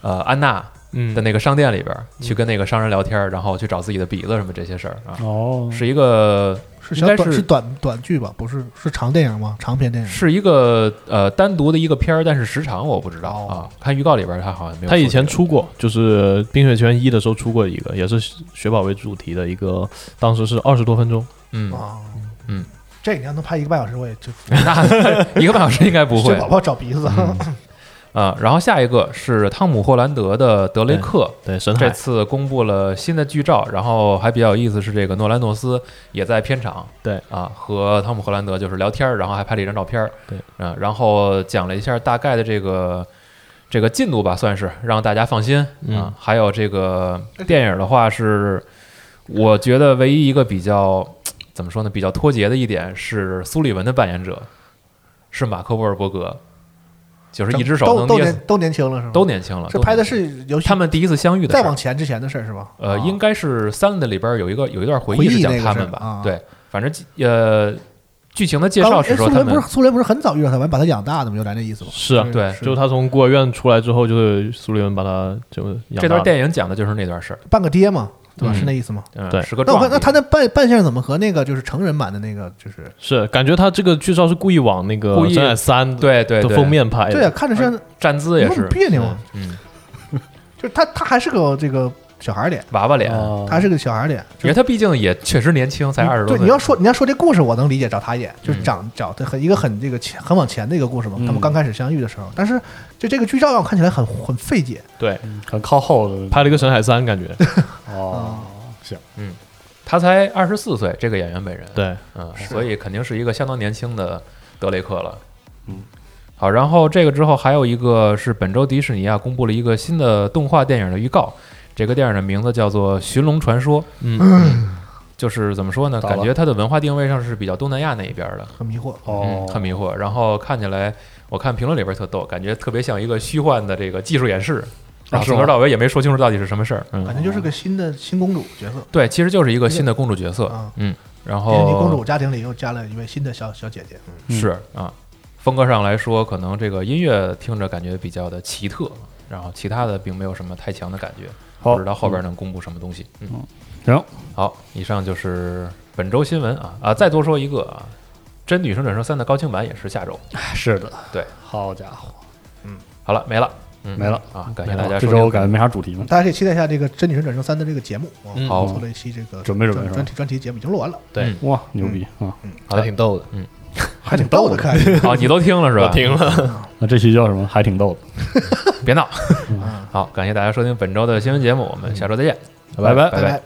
S1: 呃安娜
S4: 嗯
S1: 的那个商店里边，去跟那个商人聊天，然后去找自己的鼻子什么这些事儿啊，
S5: 嗯
S2: 哦，
S1: 是一个
S5: 是
S1: 应
S5: 小
S1: 该
S5: 短
S1: 是
S5: 是短短剧吧？不是，是长电影吗？长篇电影。
S1: 是一个呃单独的一个片儿，但是时长我不知道啊
S5: 哦，
S1: 看预告里边他好像没有说这个。
S4: 他以前出过，就是《冰雪奇缘一》的时候出过一个，也是雪宝为主题的一个，当时是二十多分钟。
S1: 嗯
S5: 啊，
S1: 嗯，
S3: 这你要能拍一个半小时，我也就
S1: 那一个半小时应该 不
S3: 这
S1: 会嗯
S3: 宝宝找鼻子。
S1: 啊。然后下一个是汤姆·霍兰德的《德雷克》，
S4: 对，神
S1: 这
S4: 海
S1: 次公布了新的剧照，然后还比较有意思是这个诺兰诺斯也在片场，
S4: 对
S1: 啊，和汤姆·荷兰德就是聊天儿，然后还拍了一张照片儿，
S4: 对
S1: 啊，然后讲了一下大概的这个这个进度吧，算是让大家放心啊
S4: 嗯。
S1: 还有这个
S3: 哎
S1: 电影的话是，我觉得唯一一个比较怎么说呢，比较脱节的一点是苏利文的扮演者是马克·沃尔伯格，就是一只手
S3: 都
S1: 能
S3: 都
S1: 捏死
S3: 年都年轻了是吗？
S1: 都年轻了，
S3: 是
S1: 都
S3: 拍的
S1: 年轻了
S3: 是游戏
S1: 他们第一次相遇的
S3: 再
S1: 事儿
S3: 往前之前的事儿是吧？
S1: 呃，
S3: 啊
S1: 应该是三的里边儿有一个有一段回
S3: 回忆
S1: 是讲
S3: 那个
S1: 他
S3: 是
S1: 们
S3: 吧
S1: 吧？
S3: 啊
S1: 对，反正呃，剧情的介
S3: 刚
S1: 绍是
S3: 哎
S1: 说
S3: 苏
S1: 他
S3: 联不
S1: 们
S3: 是苏联不是很早遇到他们，把他养大的吗？有咱这意思吗？
S4: 是啊，
S1: 对
S4: 就是他从孤儿院出来之后，就是苏利文把他就
S1: 这
S4: 养大
S1: 段
S4: 了
S1: 电影讲的就是那段事儿，
S3: 半个爹嘛，对吧？
S1: 嗯
S3: 是那意思吗？
S1: 嗯，
S4: 对
S1: 是个
S3: 那我
S1: 壮
S3: 看
S1: 丽。
S3: 那他那扮扮相怎么和那个就是成人版的那个就是
S4: 是感觉他这个剧照是故意往那个
S1: 故意
S4: 《真爱三》
S1: 对对
S4: 的
S1: 对，
S4: 封面拍
S3: 对啊，
S4: 的，
S3: 看着像有
S1: 站姿也
S3: 那么
S1: 是，
S3: 别扭啊，
S1: 嗯，
S3: 就是他他还是个这个小孩儿脸，
S1: 娃娃脸，
S2: 啊
S3: 他还是个小孩儿脸。
S1: 因为他毕竟哦也确实年轻，才二十多
S3: 对，
S1: 岁。
S3: 你要说你要说这故事，我能理解找他演，就是
S1: 嗯
S3: 长找的很一个很这个前很往前的一个故事嘛。
S2: 嗯
S3: 他们刚开始相遇的时候，但是就这个剧照让我看起来很很费解。
S4: 对，
S2: 嗯很靠后的
S4: 拍了一个《神海三》，感觉
S2: 哦，
S1: 嗯他才二十四岁，这个演员本人，
S4: 对，
S1: 嗯，所以肯定是一个相当年轻的德雷克了。
S2: 嗯，
S1: 好，然后这个之后还有一个是本周迪士尼啊公布了一个新的动画电影的预告，这个电影的名字叫做《寻龙传说》。
S4: 嗯，
S1: 就是怎么说呢？
S2: 到了
S1: 感觉它的文化定位上是比较东南亚那一边的，
S3: 很迷惑，
S1: 嗯
S2: 哦，，
S1: 很迷惑。然后看起来，我看评论里边特逗，感觉特别像一个虚幻的这个技术演示，然后
S2: 是
S1: 从
S2: 吗
S1: 头到尾也没说清楚到底是什么事儿。嗯，
S3: 感觉就是个新的新公主角色。
S1: 对，其实就是一个新的公主角色
S3: 啊。
S1: 嗯，然
S3: 迪士尼公
S1: 后
S3: 主家庭里又加了一位新的小小姐姐，嗯
S1: 是啊，风格上来说，可能这个音乐听着感觉比较的奇特，然后其他的并没有什么太强的感觉，
S2: 好
S1: 不知道后边能公布什么东西。嗯，
S2: 行，
S1: 好，以上就是本周新闻啊啊！再多说一个啊，《真女生转生三》的高清版也是下周。
S2: 嗯是的，
S1: 对，
S2: 好家伙，
S1: 好了，没了，嗯，
S2: 没了
S1: 啊！感谢大家
S2: 这
S1: 收
S2: 周
S1: 听。
S2: 我 感觉没啥主题呢，
S3: 大家可以期待一下这个《真女神转生三》的这个节目。啊
S4: 嗯
S1: 好
S3: 做了一期这个
S2: 准备准备
S3: 专
S2: 是吧
S3: 专题专题节目，已经录完了，
S4: 对
S1: 嗯
S2: 哇，牛逼啊！
S1: 好的
S4: 还挺逗的，
S3: 还挺逗的，看
S1: 好，啊你都听了是吧？
S4: 我听了，
S2: 那这期叫什么？还挺逗的，
S1: 别闹。
S3: 啊，
S2: 嗯
S1: 好，感谢大家收听本周的新闻节目，我们下周再见，
S2: 拜拜
S1: 拜
S3: 拜。